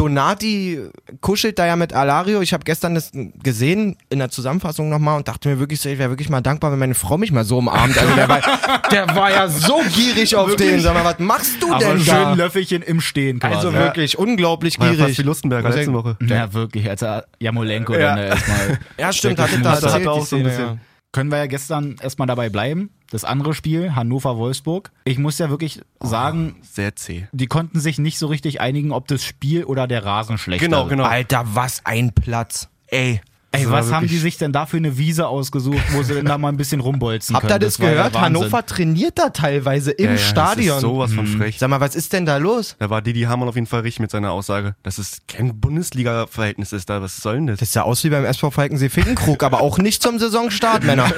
B: Donati kuschelt da ja mit Alario. Ich habe gestern das gesehen in der Zusammenfassung nochmal und dachte mir wirklich so, ich wäre wirklich mal dankbar, wenn meine Frau mich mal so umarmt. Also der, war, der war ja so gierig auf den. Sag mal, was machst du
C: Aber
B: denn
C: schön
B: da?
C: Löffelchen im Stehen quasi.
B: Also wirklich unglaublich
E: ne? War ja
B: gierig.
E: fast wie Lustenberger
B: Also,
E: letzte Woche.
C: Ja, wirklich, als er Jamolenko
E: Ja.
C: dann da erstmal.
B: Ja, stimmt,
C: wirklich
B: hatte da
C: musste.
E: Das
B: erzählt,
E: hat er
B: die
E: auch so ein
B: Szene,
E: bisschen.
C: können wir ja gestern erstmal dabei bleiben. Das andere Spiel, Hannover-Wolfsburg. Ich muss ja wirklich sagen,
E: Sehr zäh.
C: die konnten sich nicht so richtig einigen, ob das Spiel oder der Rasen schlechter
E: Genau,
C: ist.
E: genau.
B: Alter, was ein Platz. Ey.
C: Ey,
E: Das war
C: was haben die
E: wirklich-
C: sich denn da für eine Wiese ausgesucht, wo sie denn da mal ein bisschen rumbolzen
B: Habt
C: können?
B: ihr das,
C: war ja
B: gehört?
C: Wahnsinn.
B: Hannover trainiert da teilweise im
E: Ja, ja, das ist
B: Stadion. Hm.
E: Sowas von frech.
B: Sag mal, was ist denn da los?
E: Da war Didi Hamann auf jeden Fall richtig mit seiner Aussage, dass es kein Bundesliga-Verhältnis ist da. Was soll denn das?
B: Das sah aus wie beim SV Falkensee Finkenkrug, aber auch nicht zum Saisonstart, Männer.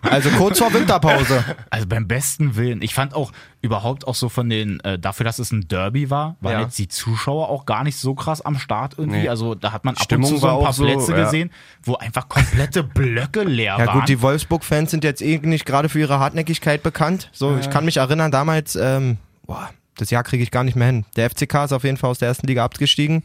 B: Also kurz vor Winterpause.
C: Also beim besten Willen. Ich fand auch überhaupt auch so von den, äh, dafür, dass es ein Derby war, waren
B: Ja.
C: jetzt die Zuschauer auch gar nicht so krass am Start irgendwie.
E: Nee.
C: Also da hat man ab
E: Stimmung
C: und zu so
E: war
C: ein paar
E: auch so,
C: Plätze
E: ja.
C: gesehen, wo einfach komplette Blöcke leer
B: Ja
C: waren.
B: gut, die Wolfsburg-Fans sind jetzt eh nicht gerade für ihre Hartnäckigkeit bekannt. So, ich kann mich erinnern, damals, ähm, boah, das Jahr kriege ich gar nicht mehr hin. Der FCK ist auf jeden Fall aus der ersten Liga abgestiegen.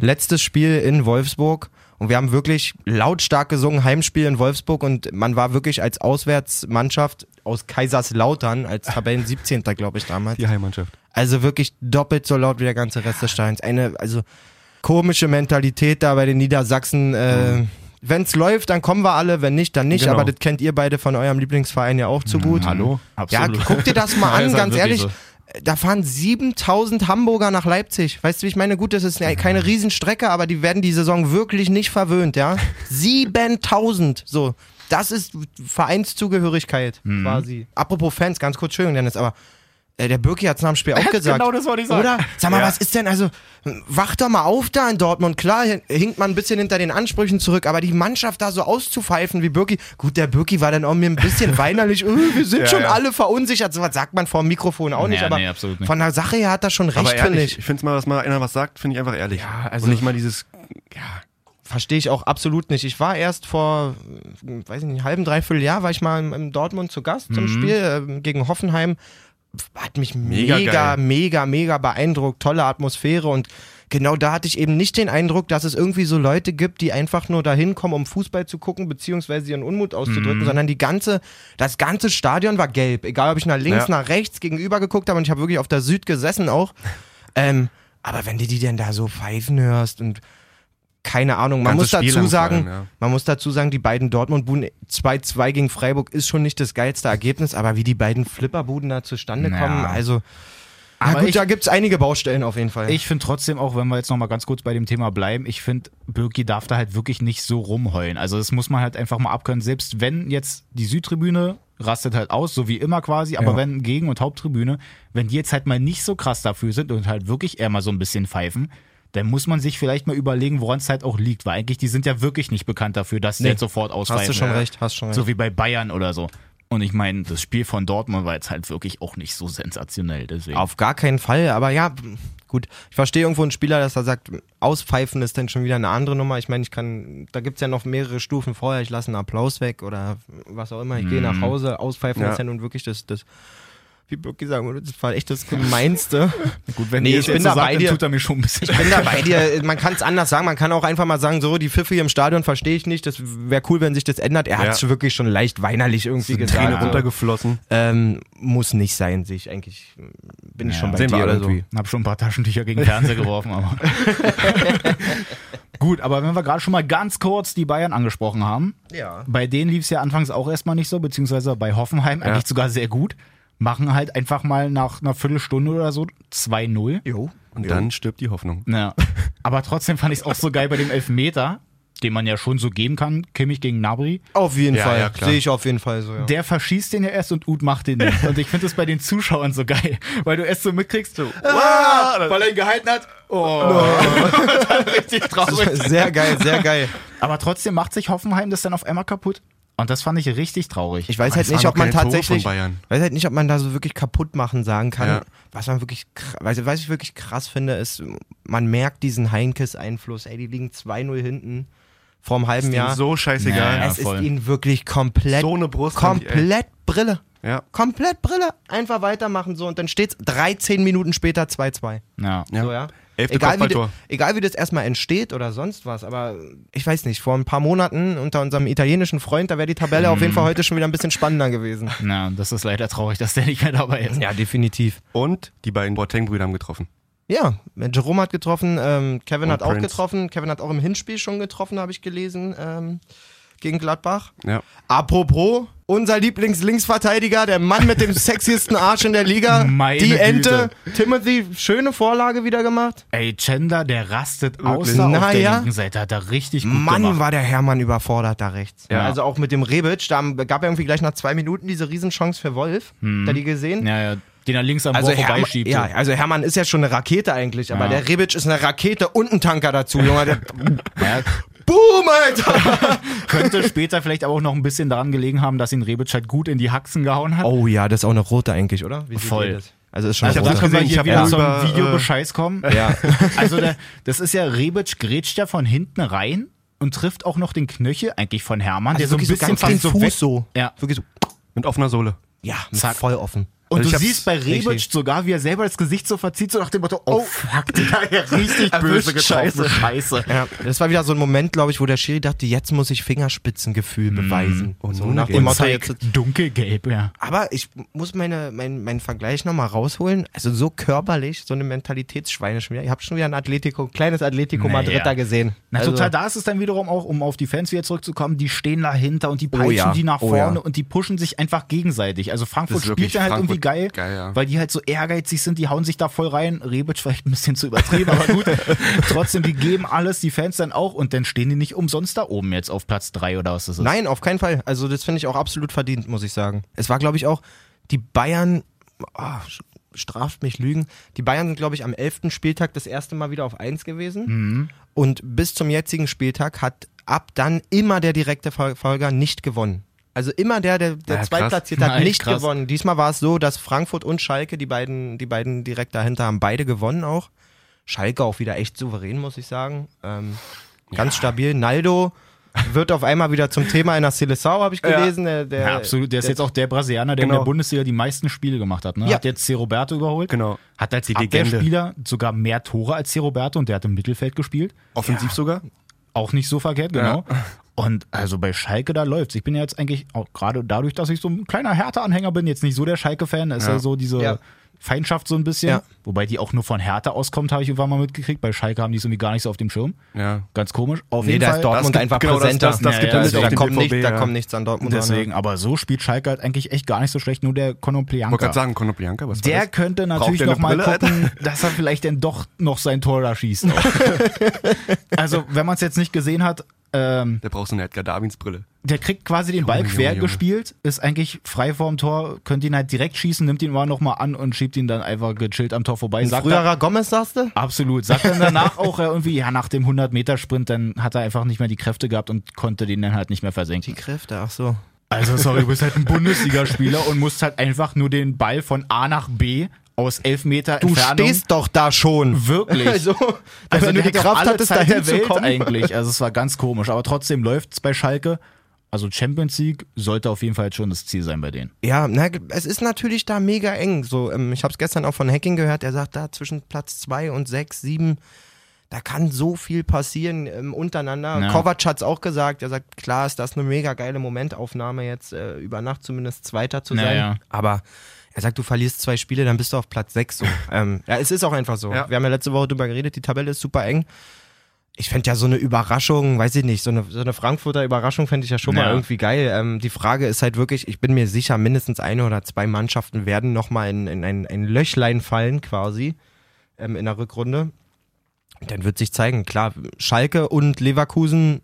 B: Letztes Spiel in Wolfsburg. Und wir haben wirklich lautstark gesungen, Heimspiel in Wolfsburg. Und man war wirklich als Auswärtsmannschaft aus Kaiserslautern, als Tabellen 17. glaube ich damals.
E: Die Heimmannschaft.
B: Also wirklich doppelt so laut wie der ganze Rest des Steins. Eine, also komische Mentalität da bei den Niedersachsen. Äh,
C: Mhm.
B: Wenn's läuft, dann kommen wir alle, wenn nicht, dann nicht.
E: Genau.
B: Aber das kennt ihr beide von eurem Lieblingsverein ja auch zu gut.
C: Mhm, Hallo?
B: Ja,
C: Absolut.
B: guck dir das mal
C: Ja,
B: an,
C: ist halt
B: ganz ehrlich.
C: wirklich so.
B: Da fahren 7000 Hamburger nach Leipzig. Weißt du, wie ich meine? Gut, das ist ne-
C: Mhm.
B: keine Riesenstrecke, aber die werden die Saison wirklich nicht verwöhnt, ja? 7000, so. Das ist Vereinszugehörigkeit
C: Mhm.
B: quasi. Apropos Fans, ganz kurz, Entschuldigung, Dennis, aber äh, der Birki hat's nach dem Spiel auch gesagt.
C: genau das wollte ich sagen.
B: Oder? Sag mal,
E: Ja.
B: was ist denn, also, wach doch mal auf da in Dortmund. Klar, hin- hinkt man ein bisschen hinter den Ansprüchen zurück, aber die Mannschaft da so auszupfeifen wie Birki. Gut, der Birki war dann auch mir ein bisschen weinerlich. öh, wir sind
E: Ja,
B: schon
E: ja.
B: alle verunsichert. So was sagt man vor dem Mikrofon auch nicht,
C: Ja,
B: aber
C: nee, absolut nicht.
B: von der Sache her hat er schon recht,
E: Aber
B: finde
E: ehrlich,
B: ich.
E: ich finde es mal, dass mal einer was sagt, finde ich einfach ehrlich. Ja, also Und nicht mal dieses, ja,
B: Verstehe ich auch absolut nicht. Ich war erst vor, äh, weiß ich nicht, halben, dreiviertel Jahr, war ich mal im, im Dortmund zu Gast
E: Mhm.
B: zum Spiel ähm, gegen Hoffenheim. Hat mich mega,
E: Mega
B: mega,
E: geil.
B: mega, beeindruckt. Tolle Atmosphäre und genau da hatte ich eben nicht den Eindruck, dass es irgendwie so Leute gibt, die einfach nur dahin kommen, um Fußball zu gucken, beziehungsweise ihren Unmut auszudrücken,
E: Mhm.
B: sondern die ganze, das ganze Stadion war gelb. Egal, ob ich nach links,
E: Ja.
B: nach rechts gegenüber geguckt habe und ich habe wirklich auf der Süd gesessen auch. ähm, aber wenn du die denn da so pfeifen hörst und keine Ahnung. Man
E: Ganzes
B: muss
E: Spiel
B: dazu
E: lang vor
B: sagen,
E: allem, ja.
B: man muss dazu sagen, die beiden Dortmund-Buden 2-2 gegen Freiburg ist schon nicht das geilste Ergebnis, aber wie die beiden Flipperbuden da zustande
C: Ja.
B: kommen, also Na
C: Aber
B: gut,
C: ich-
B: da gibt's einige Baustellen auf jeden Fall.
C: Ich finde trotzdem auch, wenn wir jetzt nochmal ganz kurz bei dem Thema bleiben, ich finde, Birki darf da halt wirklich nicht so rumheulen. Also das muss man halt einfach mal abkönnen. Selbst wenn jetzt die Südtribüne rastet halt aus, so wie immer quasi, aber
B: Ja.
C: wenn Gegen- und Haupttribüne, wenn die jetzt halt mal nicht so krass dafür sind und halt wirklich eher mal so ein bisschen pfeifen, dann muss man sich vielleicht mal überlegen, woran es halt auch liegt, weil eigentlich die sind ja wirklich nicht bekannt dafür, dass sie
B: Nee.
C: jetzt sofort ausweichen.
B: hast du schon recht, hast schon recht.
C: So wie bei Bayern oder so. Und ich meine, das Spiel von Dortmund war jetzt halt wirklich auch nicht so sensationell, deswegen.
B: Auf gar keinen Fall, aber ja, gut. Ich verstehe irgendwo einen Spieler, dass er sagt, auspfeifen ist dann schon wieder eine andere Nummer. Ich meine, ich kann, da gibt's ja noch mehrere Stufen vorher. Ich lasse einen Applaus weg oder was auch immer. Ich gehe nach
C: Mhm.
B: Hause. Auspfeifen
E: Ja.
B: ist ja nun wirklich das, das wie Birki sagen würde, das war echt das Gemeinste.
C: Gut, wenn
B: Nee,
C: ihr
B: ich
C: das
B: bin
C: jetzt
B: da
C: sagt,
B: bei
C: dann
B: dir.
C: tut er mir schon ein bisschen
B: Ich bin da bei dir. Man kann es anders sagen. Man kann auch einfach mal sagen, so, die Pfiffe hier im Stadion verstehe ich nicht. Das wäre cool, wenn sich das ändert. Er
E: Ja.
B: hat's hat es wirklich schon leicht weinerlich irgendwie gesagt. Also,
E: Träne
B: So.
E: runtergeflossen.
B: Ähm, muss nicht sein, sehe ich eigentlich. Bin ich schon bei
E: Sehen wir
B: dir
E: alle
B: irgendwie.
C: Hab schon ein paar Taschentücher gegen den Fernseher geworfen, aber. Gut, aber wenn wir gerade schon mal ganz kurz die Bayern angesprochen haben,
B: Ja.
C: bei denen lief es ja anfangs auch erstmal nicht so, beziehungsweise bei Hoffenheim eigentlich sogar sehr gut, machen halt einfach mal nach einer Viertelstunde oder so 2-0.
B: Jo.
E: Und dann stirbt die Hoffnung.
C: Ja. Aber trotzdem fand ich es auch so geil bei dem Elfmeter, den man ja schon so geben kann, Kimmich gegen Nabri.
B: Auf jeden
E: Ja,
B: Fall.
E: ja, klar.
B: Sehe ich auf jeden Fall so, ja.
C: Der verschießt den ja erst und Uth macht den nicht. Und ich finde das bei den Zuschauern so geil, weil du erst so mitkriegst, so, ah, weil er ihn gehalten hat. Oh. Dann richtig traurig.
B: Also, sehr geil, sehr geil.
C: Aber trotzdem macht sich Hoffenheim das dann auf einmal kaputt. Und das fand ich richtig traurig.
B: Ich weiß halt
E: es waren
B: nicht,
E: noch
B: ob man
E: keine Tore von
B: tatsächlich,
E: Bayern.
B: weiß halt nicht, ob man da so wirklich kaputt machen sagen kann.
E: Ja.
B: Was man wirklich, kr- was, was ich wirklich krass finde, ist, man merkt diesen Heinkes-Einfluss. Ey, die liegen 2-0 hinten vorm halben
E: Ist
B: Jahr.
E: denen so scheißegal.
C: Naja.
B: es ist
C: voll.
B: ihnen wirklich komplett,
E: So eine Brust haben die, ey.
B: komplett Brille.
E: Ja.
B: Komplett Brille. Einfach weitermachen so und dann steht's 13 Minuten später 2-2.
C: Ja.
E: Ja.
B: So, ja.
E: Elfte
B: Egal wie,
E: Kopfballtor.
B: de- egal wie das erstmal entsteht oder sonst was, aber ich weiß nicht, vor ein paar Monaten unter unserem italienischen Freund, da wäre die Tabelle auf jeden Fall heute schon wieder ein bisschen spannender gewesen.
C: Na, das ist leider traurig, dass der nicht mehr dabei ist.
B: Ja, definitiv.
E: Und die beiden Boateng-Brüder haben getroffen.
B: Ja, Jerome hat getroffen, ähm, Kevin
E: Und
B: hat auch
E: Prince.
B: getroffen, Kevin hat auch im Hinspiel schon getroffen, habe ich gelesen, ähm, gegen Gladbach.
E: Ja.
B: Apropos, unser Lieblings-Linksverteidiger, der Mann mit dem sexiesten Arsch in der Liga,
C: Meine
B: die
C: Güte.
B: Ente, Timothy, schöne Vorlage wieder gemacht.
C: Ey, Chenda, der rastet aus
B: Wirklich?
C: da auf
B: Na
C: der
B: ja.
C: linken Seite, hat er richtig gut
B: Mann,
C: gemacht.
B: war der Hermann überfordert da rechts.
C: Ja.
B: Also auch mit dem Rebic, da gab er irgendwie gleich nach zwei Minuten diese Riesenchance für Wolf. Habt ihr die gesehen?
C: Ja, ja, den er links am
B: Hm. Also,
C: Tor
B: Hermann,
C: vorbeischiebt.
B: ja, also Hermann ist ja schon eine Rakete eigentlich, aber
C: Ja.
B: der Rebic ist eine Rakete und ein Tanker dazu, Junge. Der,
C: ja.
B: boom, Alter!
C: Könnte später vielleicht aber auch noch ein bisschen daran gelegen haben, dass ihn Rebic halt gut in die Haxen gehauen hat.
B: Oh ja, das ist auch eine rote eigentlich, oder? Wie seht
C: Voll.
B: ihr das? Also ist schon
C: Also
B: eine
C: da
B: rote.
C: können wir
E: gesehen, ich
C: hier
E: hab
C: wieder
E: ja
C: zum
E: über,
C: Videobescheiß kommen.
B: äh, Ja.
C: Also der, das ist ja, Rebic grätscht ja von hinten rein und trifft auch noch den Knöchel eigentlich von Hermann, der so ein
B: Also wirklich
C: bisschen fast
B: den
C: so weg.
B: Fuß so.
C: Ja.
B: Wirklich so.
E: Mit offener Sohle.
B: Ja,
C: Zack.
B: voll offen.
C: Und
E: Also ich
C: du
E: hab's
C: siehst bei Rebic
B: richtig-
C: sogar, wie er selber das Gesicht so verzieht, so nach dem Motto, oh, fuck, der hat ja richtig
E: Erwischt,
C: böse
E: scheiße.
C: getroffen, scheiße.
B: Ja, das war wieder so ein Moment, glaube ich, wo der Schiri dachte, jetzt muss ich Fingerspitzengefühl beweisen. Und so nach dem
C: Und
B: Motto,
C: zeigt
B: jetzt
C: dunkelgelb, ja.
B: Aber ich muss meine, mein, meinen Vergleich nochmal rausholen. Also so körperlich, so eine Mentalitätsschweine schon wieder. Ihr habt schon wieder ein Atletico, kleines Atletico
C: Naja.
B: Madrid da gesehen.
C: Na
B: also,
C: total, da ist es dann wiederum auch, um auf die Fans wieder zurückzukommen, die stehen dahinter und die peitschen
B: ja,
C: die nach
B: oh
C: vorne
B: ja.
C: und die pushen sich einfach gegenseitig. Also Frankfurt
E: Das ist wirklich
C: spielt ja halt irgendwie geil,
E: Frankfurt geil, ja.
C: weil die halt so ehrgeizig sind, die hauen sich da voll rein. Rebic vielleicht ein bisschen zu übertrieben, aber gut. Trotzdem, die geben alles, die Fans dann auch und dann stehen die nicht umsonst da oben jetzt auf Platz drei oder was das ist.
B: Nein, auf keinen Fall. Also das finde ich auch absolut verdient, muss ich sagen. Es war, glaube ich, auch die Bayern, ah, sch- straft mich Lügen, die Bayern sind, glaube ich, am 11. Spieltag das erste Mal wieder auf 1 gewesen. Und bis zum jetzigen Spieltag hat ab dann immer der direkte Ver- Verfolger nicht gewonnen. Also immer der, der, der
E: Ja, krass.
B: zweitplatzierte hat
C: Nein,
B: nicht
C: krass.
B: gewonnen. Diesmal war es so, dass Frankfurt und Schalke, die beiden, die beiden direkt dahinter, haben beide gewonnen auch. Schalke auch wieder echt souverän, muss ich sagen. Ähm, ganz stabil. Naldo wird auf einmal wieder zum Thema in der Silesau, habe ich gelesen. Der, der,
C: Ja, absolut. Der ist jetzt auch der Brasilianer, der in
B: Genau.
C: der Bundesliga die meisten Spiele gemacht hat. Ne?
B: Ja.
C: Hat jetzt C. Roberto überholt.
E: Genau.
C: Hat als
E: Die Legende.
C: Abwehrspieler sogar mehr Tore als C. Roberto und der hat im Mittelfeld gespielt.
E: Offensiv sogar.
C: Auch nicht so verkehrt, genau. Und also bei Schalke, da läuft's. Ich bin ja jetzt eigentlich auch gerade dadurch, dass ich so ein kleiner Hertha-Anhänger bin, jetzt nicht so der Schalke-Fan, ist ja,
E: Ja.
C: so diese
B: Ja.
C: Feindschaft so ein bisschen.
B: Ja.
C: Wobei die auch nur von Hertha auskommt, habe ich irgendwann mal mitgekriegt. Bei Schalke haben die es irgendwie gar nicht so auf dem Schirm.
E: Ja.
C: Ganz komisch. Auf
B: Nee,
C: jeden
B: da
C: Fall.
B: ist Dortmund
E: gibt-
B: einfach
E: genau, das-
B: präsenter.
E: das- das
C: Ja, gibt ja, alles
B: also,
E: auf
B: da,
E: dem
B: kommt
E: BVB,
B: nicht, da
E: ja.
B: kommt nichts an Dortmund
E: äh,
B: ran.
C: Deswegen, aber so spielt Schalke halt eigentlich echt gar nicht so schlecht, nur der
E: Ich wollte
C: Konoplianka.
E: gerade sagen, Konoplianka, was war
C: Der
E: das?
C: könnte natürlich
E: der eine
C: nochmal
E: Brille,
C: gucken, dass er vielleicht dann doch noch sein Tor da schießt. also, wenn man es jetzt nicht gesehen hat, ähm,
E: Der braucht so eine Edgar Darwins Brille.
C: der kriegt quasi den Ball
E: Junge,
C: quer
E: Junge, Junge.
C: gespielt, ist eigentlich frei vorm Tor, könnte ihn halt direkt schießen, nimmt ihn aber nochmal an und schiebt ihn dann einfach gechillt am Tor vorbei.
B: Ein
C: Sagt
B: früherer Gomez, sagst du?
C: dann- absolut. Sagt dann danach auch äh, irgendwie, ja, nach dem 100-Meter-Sprint, dann hat er einfach nicht mehr die Kräfte gehabt und konnte den dann halt nicht mehr versenken.
B: Kräfte, ach so.
C: Also, sorry, du bist halt ein Bundesligaspieler und musst halt einfach nur den Ball von A nach B aus 11 Meter
B: Du
C: Entfernung
B: stehst doch da schon.
C: Wirklich.
B: Also,
C: Also
B: wenn du
C: der
B: die
C: hat doch
B: Kraft
C: alle
B: hattest,
C: Zeit
B: dahin
C: der
B: zu
C: Welt
B: kommen.
C: eigentlich. Also es war ganz komisch. Aber trotzdem läuft's bei Schalke. Also Champions League sollte auf jeden Fall schon das Ziel sein bei denen.
B: Ja, na, es ist natürlich da mega eng. So, ähm, ich habe es gestern auch von Hacking gehört. Er sagt da zwischen Platz 2 und 6, 7, da kann so viel passieren ähm, untereinander.
C: Ja.
B: Kovac hat's auch gesagt. Er sagt, klar ist das eine mega geile Momentaufnahme jetzt äh, über Nacht zumindest Zweiter zu
C: Na
B: sein.
C: ja.
B: Aber er sagt, du verlierst zwei Spiele, dann bist du auf Platz 6. So. ähm, ja, es ist auch einfach so.
E: Ja.
B: Wir haben ja letzte Woche drüber geredet. Die Tabelle ist super eng. Ich fänd ja so eine Überraschung, weiß ich nicht, so eine, so eine Frankfurter Überraschung fänd ich ja schon
C: Ja.
B: mal irgendwie geil. Ähm, die Frage ist halt wirklich, ich bin mir sicher, mindestens eine oder zwei Mannschaften werden nochmal in, in ein, ein Löchlein fallen quasi ähm, in der Rückrunde. Und Dann wird sich zeigen, klar, Schalke und Leverkusen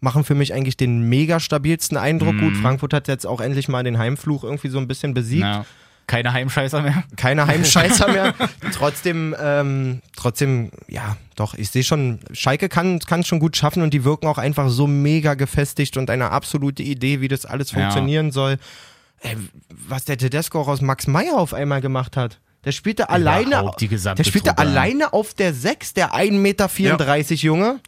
B: machen für mich eigentlich den mega stabilsten Eindruck. Gut, Frankfurt hat jetzt auch endlich mal den Heimfluch irgendwie so ein bisschen besiegt
C: Ja. Keine Heimscheißer mehr.
B: keine Heimscheißer mehr. trotzdem, ähm, trotzdem, ja, doch, ich sehe schon, Schalke kann es schon gut schaffen und die wirken auch einfach so mega gefestigt und eine absolute Idee, wie das alles
C: Ja.
B: funktionieren soll. Ey, was der Tedesco auch aus Max Meyer auf einmal gemacht hat. Der spielte alleine,
C: Überhaupt die gesamte
B: der spielte
C: Truppe.
B: alleine auf der 6, der 1,34 Meter Junge.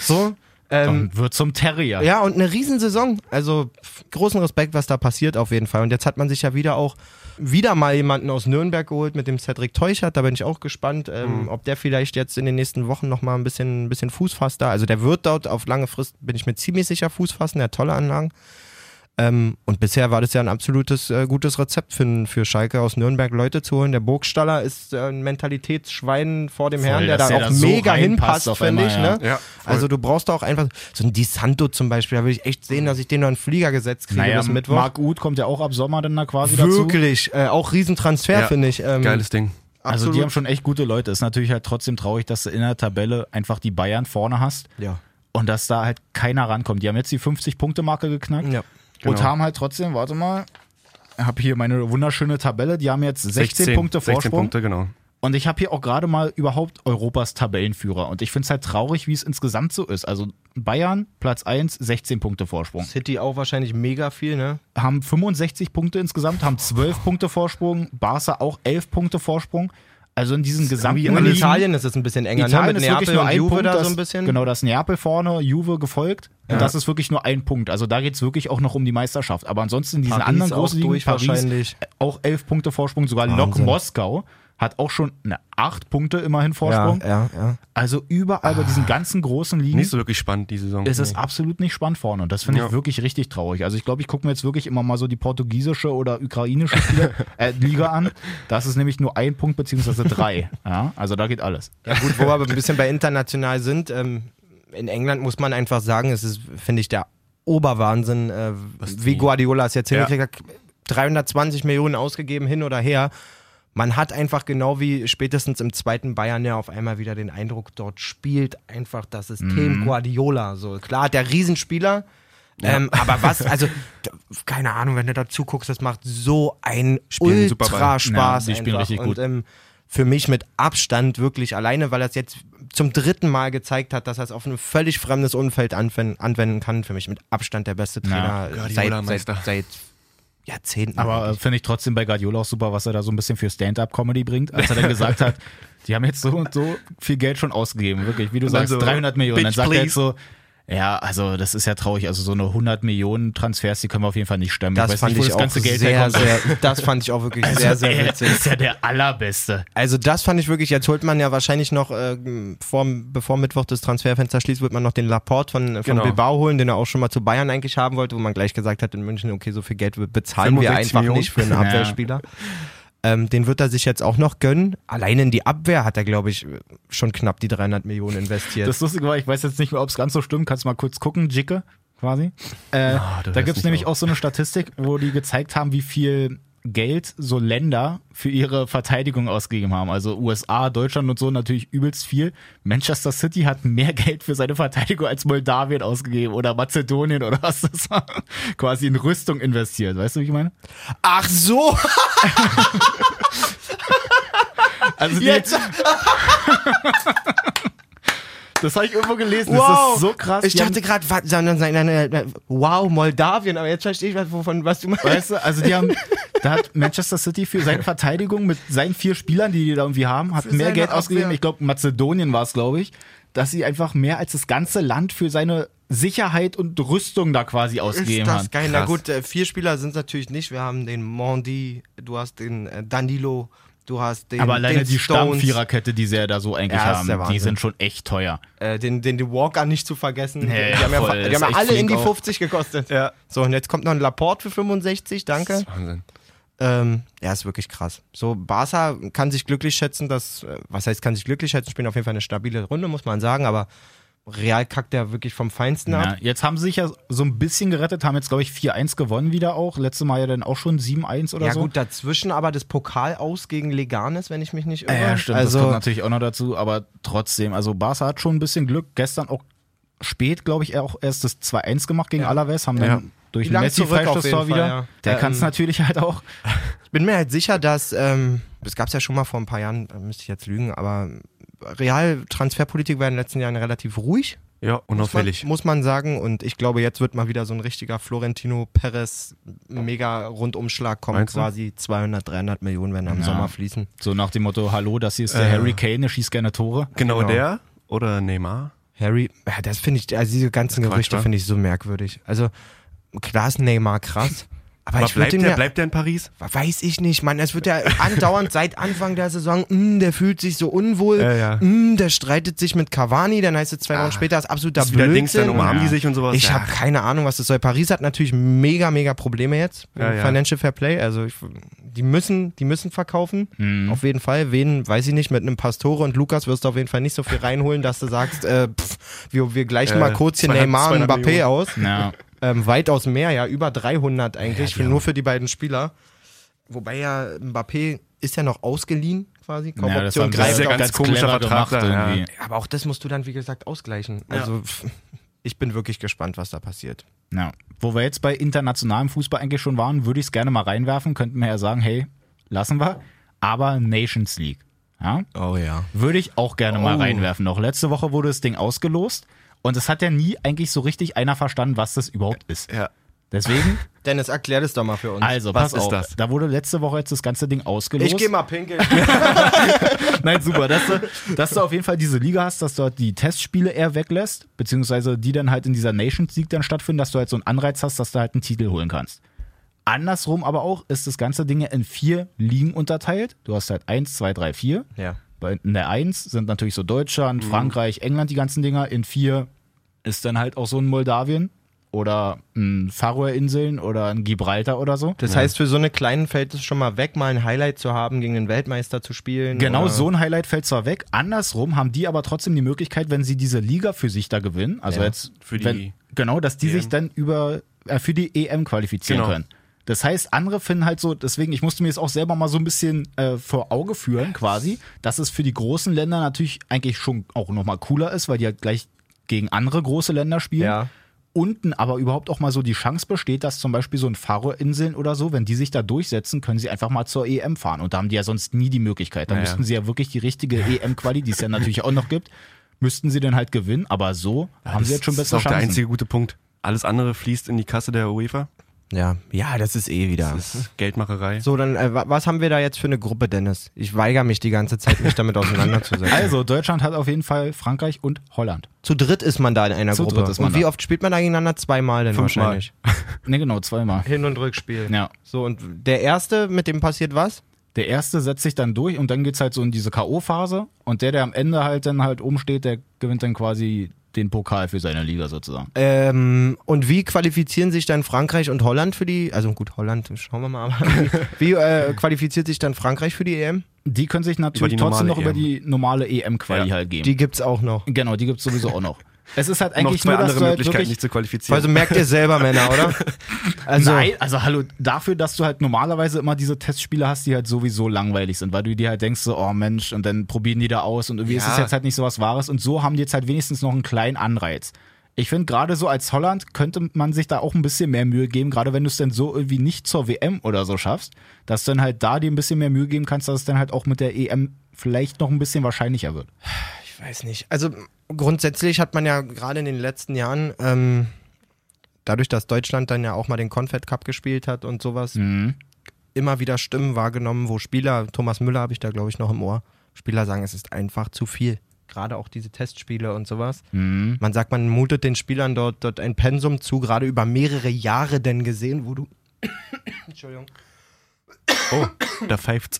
B: So. Ähm,
C: Und wird zum Terrier.
B: ja, und eine Riesensaison. Also pf, großen Respekt, was da passiert auf jeden Fall. Und jetzt hat man sich ja wieder auch wieder mal jemanden aus Nürnberg geholt mit dem Cedric Teuchert. Da bin ich auch gespannt, ähm,
C: Mhm.
B: ob der vielleicht jetzt in den nächsten Wochen nochmal ein bisschen, ein bisschen Fuß fasst da. Also der wird dort auf lange Frist, bin ich mir ziemlich sicher, Fuß fassen. Der hat tolle Anlagen. Ähm, und bisher war das ja ein absolutes äh, gutes Rezept für, für Schalke aus Nürnberg Leute zu holen. Der Burgstaller ist äh, ein Mentalitätsschwein vor dem Herrn, der
C: dass
B: da auch
C: der da so
B: mega
C: reinpasst
B: hinpasst,
C: auf
B: finde
C: einmal,
B: ich.
C: ja.
B: Ne?
E: Ja, voll.
B: also du brauchst da auch einfach so ein Di Santo zum Beispiel. Da würde ich echt sehen, dass ich den noch einen Flieger gesetzt kriege
C: Naja,
B: bis Mittwoch.
C: Marc Uth kommt ja auch ab Sommer dann da quasi dazu.
B: Wirklich, äh, auch Riesentransfer,
E: Ja,
B: finde ich. Ähm,
E: Geiles Ding.
C: Also die
B: absolut.
C: haben schon echt gute Leute. Ist natürlich halt trotzdem traurig, dass du in der Tabelle einfach die Bayern vorne hast
B: Ja.
C: und dass da halt keiner rankommt. Die haben jetzt die 50-Punkte-Marke geknackt.
B: ja.
C: Und haben halt trotzdem, warte mal, habe hier meine wunderschöne Tabelle, die haben jetzt 16, Punkte
E: 16
C: Vorsprung.
E: Punkte, genau.
C: Und ich habe hier auch gerade mal überhaupt Europas Tabellenführer. Und ich finde es halt traurig, wie es insgesamt so ist. Also Bayern, Platz 1, 16 Punkte Vorsprung.
B: City auch wahrscheinlich mega viel, ne?
C: Haben 65 Punkte insgesamt, haben 12 Punkte Vorsprung. Barca auch 11 Punkte Vorsprung. Also in diesen gesamten
B: Und in
C: Ligen-
B: Italien ist es ein bisschen enger,
C: Italien
B: ne?
C: ist
B: Mit Neapel
C: wirklich nur
B: und
C: ein
B: Juve
C: Punkt.
B: da
C: das,
B: so ein bisschen.
C: Genau, das Neapel vorne, Juve gefolgt.
B: Ja.
C: Und das ist wirklich nur ein Punkt. Also da geht es wirklich auch noch um die Meisterschaft. Aber ansonsten in diesen
B: Paris
C: anderen
B: auch
C: großen Ligen,
B: durch
C: Paris,
B: wahrscheinlich.
C: auch elf Punkte Vorsprung. Sogar Lok
B: Wahnsinn.
C: Moskau hat auch schon ne, acht Punkte immerhin
B: Ja, Ah.
C: Vorsprung.
B: ja, ja.
C: Also überall bei diesen ganzen großen Ligen
E: Nicht so wirklich spannend, die Saison.
C: ist es absolut nicht spannend vorne. Und das finde ich
E: Ja.
C: wirklich richtig traurig. Also ich glaube, ich gucke mir jetzt wirklich immer mal so die portugiesische oder ukrainische Spieler, äh, Liga an. Das ist nämlich nur ein Punkt beziehungsweise drei. Ja, also da geht alles.
B: Ja gut, wo wir aber ein bisschen bei international sind, ähm, in England muss man einfach sagen, es ist, finde ich, der Oberwahnsinn, äh, wie Guardiola es jetzt
E: Ja.
B: hingekriegt hat. 320 Millionen ausgegeben, hin oder her. Man hat einfach genau wie spätestens im zweiten Bayern ja auf einmal wieder den Eindruck, dort spielt einfach das
C: Mhm.
B: System Guardiola. So klar, der Riesenspieler, ähm, aber was, also, d- keine Ahnung, wenn du da zuguckst, das macht so einen
E: Spielen super
B: ultra
E: Ball.
B: Spaß.
C: Ja, die spielen
B: einfach.
C: richtig gut.
B: Und, ähm, für mich mit Abstand wirklich alleine, weil er es jetzt zum dritten Mal gezeigt hat, dass er es auf ein völlig fremdes Umfeld anwenden, anwenden kann. Für mich mit Abstand der beste Trainer
E: Guardiola
B: seit,
E: Meister.
B: seit, seit Jahrzehnten.
C: Aber äh, finde ich trotzdem bei Guardiola auch super, was er da so ein bisschen für Stand-up-Comedy bringt, als er dann gesagt hat, die haben jetzt so und so viel Geld schon ausgegeben, wirklich, wie du
E: dann
C: sagst,
E: so,
C: 300 Millionen. Dann
E: "Bitch,
C: sagt er jetzt so,
E: please."
C: ja, also das ist ja traurig, also so eine 100 Millionen Transfers, die können wir auf jeden Fall nicht stemmen.
B: das
C: ich weiß
B: fand
C: nicht, wo
B: ich
C: das
B: auch
C: ganze Geld
B: sehr,
C: herkommt. Also, äh,
B: sehr, das fand ich auch wirklich sehr, sehr
C: er
B: witzig.
C: ist ja der allerbeste.
B: Also das fand ich wirklich, jetzt holt man ja wahrscheinlich noch, äh, vor, bevor Mittwoch das Transferfenster schließt, wird man noch den Laporte von, von
E: Genau.
B: Bilbao holen, den er auch schon mal zu Bayern eigentlich haben wollte, wo man gleich gesagt hat in München, okay, so viel Geld bezahlen wir
E: 65
B: einfach
E: Millionen.
B: nicht für einen
C: Ja.
B: Abwehrspieler. Ähm, den wird er sich jetzt auch noch gönnen. Allein in die Abwehr hat er, glaube ich, schon knapp die 300 Millionen investiert.
C: Das Lustige war, ich weiß jetzt nicht mehr, ob es ganz so stimmt. Kannst du mal kurz gucken, Jicke, quasi. Äh,
E: Ah, du
C: da
E: hörst
C: gibt es
E: mich
C: nämlich
E: auf.
C: auch so eine Statistik, wo die gezeigt haben, wie viel Geld so Länder für ihre Verteidigung ausgegeben haben. Also USA, Deutschland und so natürlich übelst viel. Manchester City hat mehr Geld für seine Verteidigung als Moldawien ausgegeben oder Mazedonien oder was das war. Quasi in Rüstung investiert. Weißt du, wie ich meine?
B: Ach so!
C: Also die,
B: Jetzt-
C: das habe ich irgendwo gelesen. Das
B: Wow.
C: ist so krass.
B: Ich
C: Die haben-
B: dachte gerade, wow, Moldawien, aber jetzt verstehe ich, was- wovon, was du meinst.
C: Weißt du, also die haben, da hat Manchester City für seine Verteidigung mit seinen vier Spielern, die die da irgendwie haben, hat
B: Für
C: mehr
B: seine
C: Geld ausgegeben.
B: Abwehr.
C: Ich glaube, Mazedonien war es, glaube ich, dass sie einfach mehr als das ganze Land für seine Sicherheit und Rüstung da quasi
B: Ist
C: ausgegeben
B: das
C: hat.
B: geil. Na
E: Krass.
B: gut, äh, vier Spieler sind es natürlich nicht. Wir haben den Mondi, du hast den äh, Danilo, du hast den,
C: Aber alleine
B: den
C: die
B: Stones,
C: Stammviererkette, die sie ja da so eigentlich
B: Ja, ist der
C: haben, die
B: Wahnsinn.
C: sind schon echt teuer.
B: äh, den, den, den Walker nicht zu vergessen.
C: Nee,
B: die haben ja,
C: voll,
B: fa-
C: das
B: die haben
C: ist
B: ja
C: echt
B: alle in die
C: flink auch.
B: 50 gekostet. So, und jetzt kommt noch ein Laporte für 65, danke.
E: Das ist Wahnsinn.
B: Ähm, ja, ist wirklich krass. So, Barca kann sich glücklich schätzen, dass, äh, was heißt, kann sich glücklich schätzen, spielen auf jeden Fall eine stabile Runde, muss man sagen, aber Real kackt ja wirklich vom Feinsten ab.
C: Ja, jetzt haben sie sich ja so ein bisschen gerettet, haben jetzt, glaube ich, 4-1 gewonnen wieder auch. Letztes Mal ja dann auch schon 7-1 oder
B: Ja
C: so.
B: gut, dazwischen aber das Pokal aus gegen Leganes, wenn ich mich nicht irre.
C: Ah Ja, stimmt, das kommt
B: Also,
C: natürlich auch noch dazu, aber trotzdem, also Barca hat schon ein bisschen Glück. Gestern auch spät, glaube ich, auch erst das 2-1 gemacht gegen Alavés, haben dann
E: Ja.
C: durch
B: Lang
C: Messi
B: zurück auf jeden
C: Freistoßtor
B: Fall,
C: wieder.
B: ja.
C: Der
B: Ähm,
C: kann es natürlich halt auch.
B: ich bin mir halt sicher, dass, ähm, das gab es ja schon mal vor ein paar Jahren, äh, müsste ich jetzt lügen, aber Real-Transferpolitik war in den letzten Jahren relativ ruhig,
E: Ja,
B: muss man,
E: unauffällig.
B: muss man sagen. Und ich glaube, jetzt wird mal wieder so ein richtiger Florentino Perez mega Rundumschlag kommen,
E: Meinst du?
B: quasi 200, 300 Millionen werden am
C: Ja.
B: Sommer fließen.
C: So nach dem Motto, hallo, das hier ist der
E: Äh.
C: Harry Kane, der schießt gerne Tore.
E: Genau,
B: Genau.
E: der oder Neymar?
B: Harry, ja, das finde ich, also diese ganzen
E: Quatsch,
B: Gerüchte
E: wa?
B: finde ich so merkwürdig. Also, klar ist Neymar krass, aber,
E: Aber
B: ich würde
E: bleibt
B: ihn
E: der,
B: ja,
E: bleibt der in Paris?
B: Weiß ich nicht, Mann. Es wird ja andauernd seit Anfang der Saison, mm, der fühlt sich so unwohl,
E: Ja, ja. Ah,
B: Mm, der streitet sich mit Cavani, dann heißt es zwei Wochen später, ist absoluter
E: Ist wieder Dings, dann
B: Blödsinn.
C: Ja.
E: umarmen die sich und sowas.
B: Ich
E: Ja.
B: habe keine Ahnung, was das soll. Paris hat natürlich mega, mega Probleme jetzt
E: Ja,
B: im
E: ja.
B: Financial Fair Play. Also ich, die müssen, die müssen verkaufen.
E: Mhm.
B: Auf jeden Fall. Wen, weiß ich nicht, mit einem Pastore und Lukas wirst du auf jeden Fall nicht so viel reinholen, dass du sagst, äh, pff, wir, wir gleichen
E: Äh,
B: mal kurz hier
E: 200
B: Neymar und
E: 200
B: Mbappé
E: Millionen.
B: aus.
C: Ja.
B: Ähm, weitaus mehr, ja, über 300 eigentlich, für, nur für die beiden Spieler. Wobei ja Mbappé ist ja noch ausgeliehen quasi,
C: ja, das
B: Kaufoption
C: haben sie
E: Greif
B: greift
E: ja
B: auch.
E: ganz komischer
C: clever
E: Vertrag
C: gemacht
E: da, ja.
C: irgendwie.
B: Aber auch das musst du dann, wie gesagt, ausgleichen. Also pff, ich bin wirklich gespannt, was da passiert.
C: Ja. Wo wir jetzt bei internationalem Fußball eigentlich schon waren, würde ich es gerne mal reinwerfen, könnten wir ja sagen, hey, lassen wir. Aber Nations League. Ja?
B: Oh ja.
C: Würde ich auch gerne mal
B: Oh.
C: reinwerfen noch. Letzte Woche wurde das Ding ausgelost und es hat ja nie eigentlich so richtig einer verstanden, was das überhaupt ist.
E: Ja.
C: Deswegen,
B: Dennis, erklär das doch mal für uns.
C: also, pass
E: was ist
C: auf.
E: das?
C: Da wurde letzte Woche jetzt das ganze Ding ausgelost.
B: ich geh mal pinkeln.
C: Nein, super, dass du, dass du auf jeden Fall diese Liga hast, dass du halt die Testspiele eher weglässt, beziehungsweise die dann halt in dieser Nations League dann stattfinden, dass du halt so einen Anreiz hast, dass du halt einen Titel holen kannst. Andersrum aber auch ist das ganze Ding ja in vier Ligen unterteilt. Du hast halt 1, 2, 3, 4.
B: ja.
C: Bei, in der 1 sind natürlich so Deutschland, Frankreich, England die ganzen Dinger. In 4 ist dann halt auch so ein Moldawien oder ein Faroe-Inseln oder ein Gibraltar oder so.
B: Das heißt, für so eine kleinen fällt es schon mal weg, mal ein Highlight zu haben, gegen den Weltmeister zu spielen.
C: Genau
B: oder-
C: so ein Highlight fällt zwar weg, andersrum haben die aber trotzdem die Möglichkeit, wenn sie diese Liga für sich da gewinnen, also
B: Ja,
C: jetzt
E: für die
C: wenn, genau, dass die sich
E: EM.
C: dann über äh, für die EM qualifizieren
E: Genau.
C: können. Das heißt, andere finden halt so, deswegen, ich musste mir das auch selber mal so ein bisschen äh, vor Auge führen, quasi, dass es für die großen Länder natürlich eigentlich schon auch nochmal cooler ist, weil die halt gleich gegen andere große Länder spielen.
B: Ja.
C: Unten aber überhaupt auch mal so die Chance besteht, dass zum Beispiel so ein Faroe-Inseln oder so, wenn die sich da durchsetzen, können sie einfach mal zur EM fahren. Und da haben die ja sonst nie die Möglichkeit. Da
E: Naja.
C: müssten sie ja wirklich die richtige EM-Quali, die es ja natürlich auch noch gibt, müssten sie dann halt gewinnen. Aber so haben sie jetzt schon
E: Das ist
C: bessere
E: auch der
C: Chancen.
E: einzige gute Punkt. Alles andere fließt in die Kasse der UEFA.
B: Ja. ja, das ist eh wieder.
E: Das ist Geldmacherei.
B: so, dann, äh, wa- was haben wir da jetzt für eine Gruppe, Dennis? Ich weigere mich die ganze Zeit, mich damit auseinanderzusetzen.
C: Also, Deutschland hat auf jeden Fall Frankreich und Holland.
B: Zu dritt ist man da in einer
C: Zu
B: Gruppe.
C: dritt ist man
B: und wie
C: da.
B: oft spielt man da gegeneinander? Zweimal denn
E: Fünfmal.
B: wahrscheinlich.
C: Ne, genau, zweimal.
B: Hin- und Rückspiel.
C: Ja.
B: So, und der erste, mit dem passiert was?
C: Der erste setzt sich dann durch und dann geht's halt so in diese K.O.-Phase. Und der, der am Ende halt dann halt oben steht, der gewinnt dann quasi den Pokal für seine Liga sozusagen.
B: Ähm, und wie qualifizieren sich dann Frankreich und Holland für die, also gut, Holland, schauen wir mal, aber wie, wie äh, qualifiziert sich dann Frankreich für die E EM?
C: Die können sich
E: Über die
C: natürlich trotzdem noch
E: normale
C: über
E: EM.
C: die normale EM-Quali halt geben.
B: Die gibt's auch noch.
C: genau, die gibt's sowieso auch noch. Es ist halt
E: Noch
C: eigentlich
E: zwei
C: nur, dass
E: andere
C: du halt
E: Möglichkeiten,
C: wirklich
E: dich zu qualifizieren.
B: Also merkt ihr selber, Männer, oder? Also,
C: Nein, also hallo, dafür, dass du halt normalerweise immer diese Testspiele hast, die halt sowieso langweilig sind, weil du dir halt denkst, so, oh Mensch, und dann probieren die da aus und irgendwie ist es
B: Ja.
C: jetzt halt nicht so was Wahres und so haben die jetzt halt wenigstens noch einen kleinen Anreiz. Ich finde, gerade so als Holland könnte man sich da auch ein bisschen mehr Mühe geben, gerade wenn du es dann so irgendwie nicht zur WM oder so schaffst, dass du dann halt da dir ein bisschen mehr Mühe geben kannst, dass es dann halt auch mit der EM vielleicht noch ein bisschen wahrscheinlicher wird.
B: Ich weiß nicht. Also grundsätzlich hat man ja gerade in den letzten Jahren, ähm, dadurch, dass Deutschland dann ja auch mal den Confed Cup gespielt hat und sowas, immer wieder Stimmen wahrgenommen, wo Spieler, Thomas Müller habe ich da glaube ich noch im Ohr, Spieler sagen, es ist einfach zu viel. Gerade auch diese Testspiele und sowas. Man sagt, man mutet den Spielern dort, dort ein Pensum zu, gerade über mehrere Jahre denn gesehen, wo du. Entschuldigung.
E: oh, da pfeift's.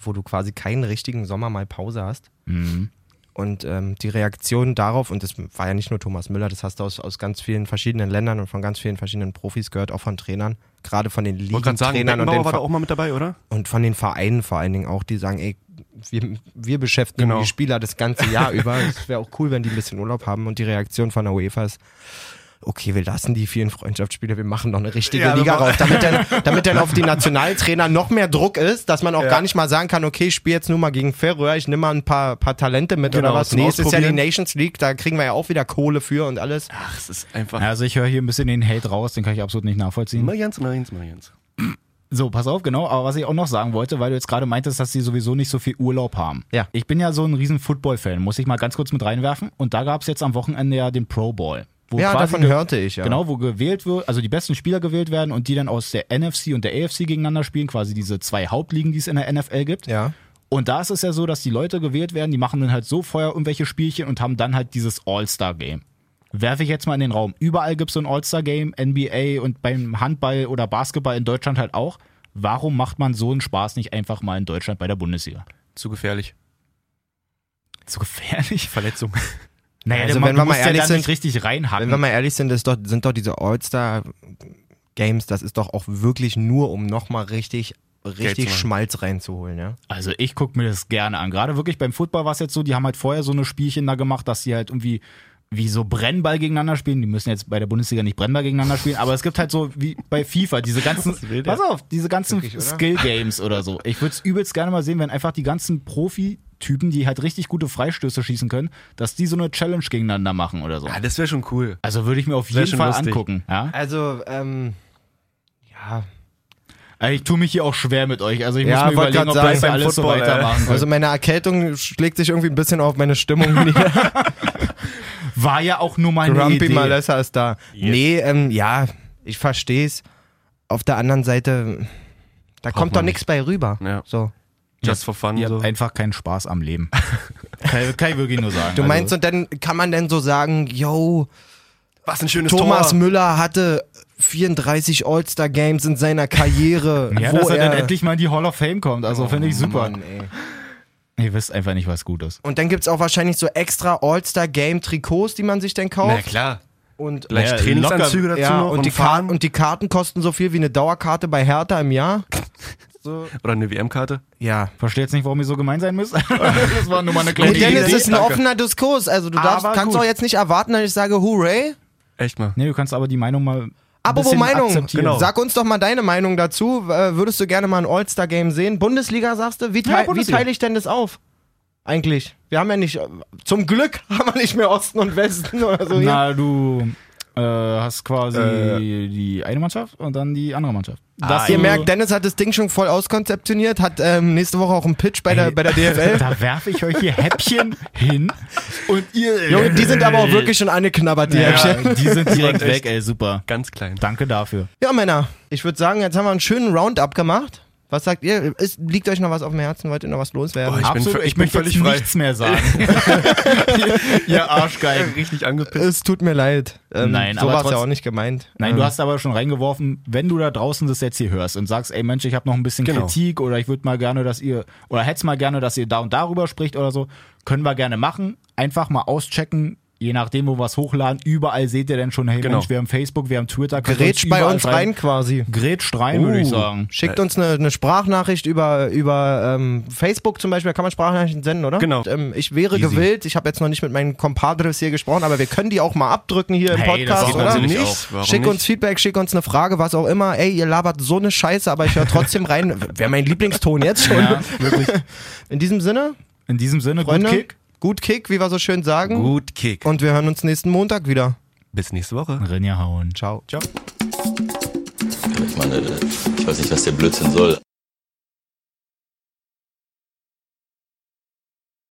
B: wo du quasi keinen richtigen Sommer mal Pause hast.
E: Mhm.
B: Und ähm, die Reaktion darauf, und das war ja nicht nur Thomas Müller, das hast du aus, aus ganz vielen verschiedenen Ländern und von ganz vielen verschiedenen Profis gehört, auch von Trainern, gerade von den
E: Ich wollte gerade sagen,
B: Ligentrainern und,
E: Beckenbauer
B: den
E: war da
B: Ver-
E: auch mal mit dabei, oder?
B: und von den Vereinen vor allen Dingen auch, die sagen, ey, wir, wir beschäftigen
E: Genau.
B: die Spieler das ganze Jahr über. Es wäre auch cool, wenn die ein bisschen Urlaub haben. Und die Reaktion von der UEFA ist, okay, wir lassen die vielen Freundschaftsspiele, wir machen noch eine richtige
E: Ja, wir
B: Liga
E: machen-
B: raus, damit dann, damit dann auf die Nationaltrainer noch mehr Druck ist, dass man auch gar nicht mal sagen kann, okay, ich spiele jetzt nur mal gegen Färöer, ich nehme mal ein paar, paar Talente mit
E: Genau,
B: oder was.
E: zum
B: Nee, es ist ja die
E: Ausprobieren.
B: Nations League, da kriegen wir ja auch wieder Kohle für und alles.
E: Ach, es ist einfach.
C: Also ich höre hier ein bisschen den Hate raus, den kann ich absolut nicht nachvollziehen.
E: Marians, Marians, Marians.
C: So, pass auf, genau. Aber was ich auch noch sagen wollte, weil du jetzt gerade meintest, dass sie sowieso nicht so viel Urlaub haben.
B: Ja.
C: Ich bin ja so ein riesen Football-Fan, muss ich mal ganz kurz mit reinwerfen. Und da gab es jetzt am Wochenende ja den Pro Bowl. Wo
B: Ja,
C: quasi
B: davon
C: ge-
B: hörte ich, ja.
C: Genau, wo gewählt wird, also die besten Spieler gewählt werden und die dann aus der NFC und der AFC gegeneinander spielen, quasi diese zwei Hauptligen, die es in der NFL gibt.
B: Ja.
C: Und da ist es ja so, dass die Leute gewählt werden, die machen dann halt so vorher irgendwelche Spielchen und haben dann halt dieses All-Star-Game. Werfe ich jetzt mal in den Raum. Überall gibt es so ein All-Star-Game, NBA und beim Handball oder Basketball in Deutschland halt auch. Warum macht man so einen Spaß nicht einfach mal in Deutschland bei der Bundesliga?
E: Zu gefährlich.
C: Zu gefährlich.
E: Verletzung.
C: Naja,
B: Also,
C: man,
B: wenn
C: du
B: wir mal
C: musst
B: ehrlich
C: ja dann
B: sind-
C: nicht richtig
B: Wenn wir
C: reinhacken.
B: mal ehrlich sind, ist doch, sind doch diese All-Star-Games, das ist doch auch wirklich nur, um nochmal richtig,
E: zu
B: richtig
E: machen.
B: Schmalz reinzuholen, ja.
C: Also ich gucke mir das gerne an. Gerade wirklich beim Football war es jetzt so, die haben halt vorher so eine Spielchen da gemacht, dass sie halt irgendwie wie so Brennball gegeneinander spielen. Die müssen jetzt bei der Bundesliga nicht Brennball gegeneinander spielen, aber es gibt halt so wie bei FIFA diese ganzen,
E: will der?
C: pass auf, diese ganzen
B: Wirklich, oder?
C: Skill-Games oder so. Ich würde es übelst gerne mal sehen, wenn einfach die ganzen Profi-Typen, die halt richtig gute Freistöße schießen können, dass die so eine Challenge gegeneinander machen oder so.
E: Ah, das wäre schon cool.
C: Also würde ich mir auf
E: Wär
C: jeden
E: schon
C: Fall
E: lustig.
C: angucken. Ja?
B: Also, ähm, ja.
C: Also ich tue mich hier auch schwer mit euch. Also ich
B: Ja,
C: muss mir
B: wollt
C: überlegen, ob
B: grad
C: das
B: sagen,
C: alles so
E: Football, ey.
C: weitermachen soll.
B: Also meine Erkältung schlägt sich irgendwie ein bisschen auf meine Stimmung nieder.
C: War ja auch nur mal eine
B: Grumpy
C: Idee.
B: Malessa ist da. Nee, ähm, ja, ich versteh's. Auf der anderen Seite, da kommt doch
E: man
B: nichts bei rüber.
E: Ja.
B: So.
E: Just for fun.
C: Ihr
E: So.
C: habt einfach keinen Spaß am Leben. kann, kann ich wirklich nur sagen. Also,
B: Du meinst, und dann kann man denn so sagen, yo,
E: Was ein schönes
B: Thomas
E: Tor.
B: Müller hatte 34 All-Star-Games in seiner Karriere.
C: ja,
B: wo Oh
C: dass er, dann endlich mal in die Hall of Fame kommt. Also finde ich super.
B: Mann, ey.
C: Ihr wisst einfach nicht, was gut ist.
B: Und dann gibt's auch wahrscheinlich so extra All-Star-Game-Trikots, die man sich dann kauft.
E: Na klar.
B: Und
E: Vielleicht
C: Ja,
E: Trainingsanzüge dazu
B: Ja,
E: noch
B: und, die Karten, und die Karten kosten so viel wie eine Dauerkarte bei Hertha im Jahr.
E: Oder eine WM-Karte.
B: Ja.
C: Versteht jetzt nicht, warum ihr so gemein sein müsst? das war nur mal eine kleine
B: Und Dennis,
C: Idee.
B: es ist ein offener Diskurs. Also du darfst,
C: Aber
B: kannst
C: gut.
B: auch jetzt nicht erwarten, dass ich sage Hooray.
E: Echt mal.
C: Nee, du kannst aber die Meinung mal. ein
B: Apropos
C: bisschen
B: Meinung,
C: akzeptieren.
B: sag uns doch mal deine Meinung dazu. Äh, würdest du gerne mal ein All-Star-Game sehen? Bundesliga sagst du? Wie, tei wie
C: Bundesliga.
B: teile ich denn das auf? Eigentlich. Wir haben ja nicht, äh, zum Glück haben wir nicht mehr Osten und Westen oder so. hier.
C: Na, du äh, hast quasi die eine Mannschaft und dann die andere Mannschaft. Ah, Dass
B: Äh. Ihr
C: du-
B: merkt, Dennis hat das Ding schon voll auskonzeptioniert, hat ähm, nächste Woche auch einen Pitch bei der, bei der DFL.
C: Da werfe ich euch hier Häppchen hin und ihr.
B: Junge, die sind aber auch wirklich schon angeknabbert, die Häppchen.
C: Ja, die sind direkt
E: Und echt.
C: weg, ey, super.
E: Ganz klein.
C: Danke dafür.
B: Ja, Männer, ich würde sagen, jetzt haben wir einen schönen Roundup gemacht. Was sagt ihr? Ist, liegt euch noch was auf dem Herzen? Wollt ihr noch was loswerden?
E: Oh, Ich bin
C: Absolut,
E: vö-
C: ich,
E: ich bin
C: möchte jetzt
E: völlig frei.
C: nichts mehr sagen. Ihr Arschgeigen.
E: Richtig angepisst.
B: es tut mir leid. Ähm,
C: Nein,
B: so
C: aber
B: war es ja
C: trotz-
B: auch nicht gemeint.
C: Nein,
B: ähm,
C: du hast aber schon reingeworfen, wenn du da draußen das jetzt hier hörst und sagst, ey Mensch, ich habe noch ein bisschen
E: Genau.
C: Kritik oder ich würde mal gerne, dass ihr, oder hätt's mal gerne, dass ihr da und darüber spricht oder so, können wir gerne machen. Einfach mal auschecken, je nachdem, wo wir es hochladen. Überall seht ihr denn schon, hey
E: Genau.
C: Mensch, wir haben Facebook, wir haben Twitter. könnt ihr
B: Grätsch bei
C: überall
B: uns rein quasi.
C: Grätsch rein, würde
E: Oh.
C: ich sagen.
B: Schickt uns eine, eine Sprachnachricht über, über ähm, Facebook zum Beispiel, da kann man Sprachnachrichten senden, oder?
E: Genau.
B: Und, ähm, ich wäre
E: Easy.
B: gewillt, ich habe jetzt noch nicht mit meinen Compadres hier gesprochen, aber wir können die auch mal abdrücken hier im
C: Hey, das
B: Podcast,
C: geht
B: oder?
E: natürlich auch. Warum
B: schick uns
E: nicht?
B: Feedback, schick uns eine Frage, was auch immer. Ey, ihr labert so eine Scheiße, aber ich höre trotzdem rein. Wäre mein Lieblingston jetzt schon.
C: Ja,
B: In diesem Sinne,
C: In diesem Sinne,
B: Freunde,
C: gut Kick.
B: gut Kick, wie wir so schön sagen.
E: Gut Kick.
B: Und wir hören uns nächsten Montag wieder.
E: Bis nächste Woche.
C: Rinja hauen.
B: Ciao. Ciao.
F: Ich meine, ich weiß nicht, was der Blödsinn soll.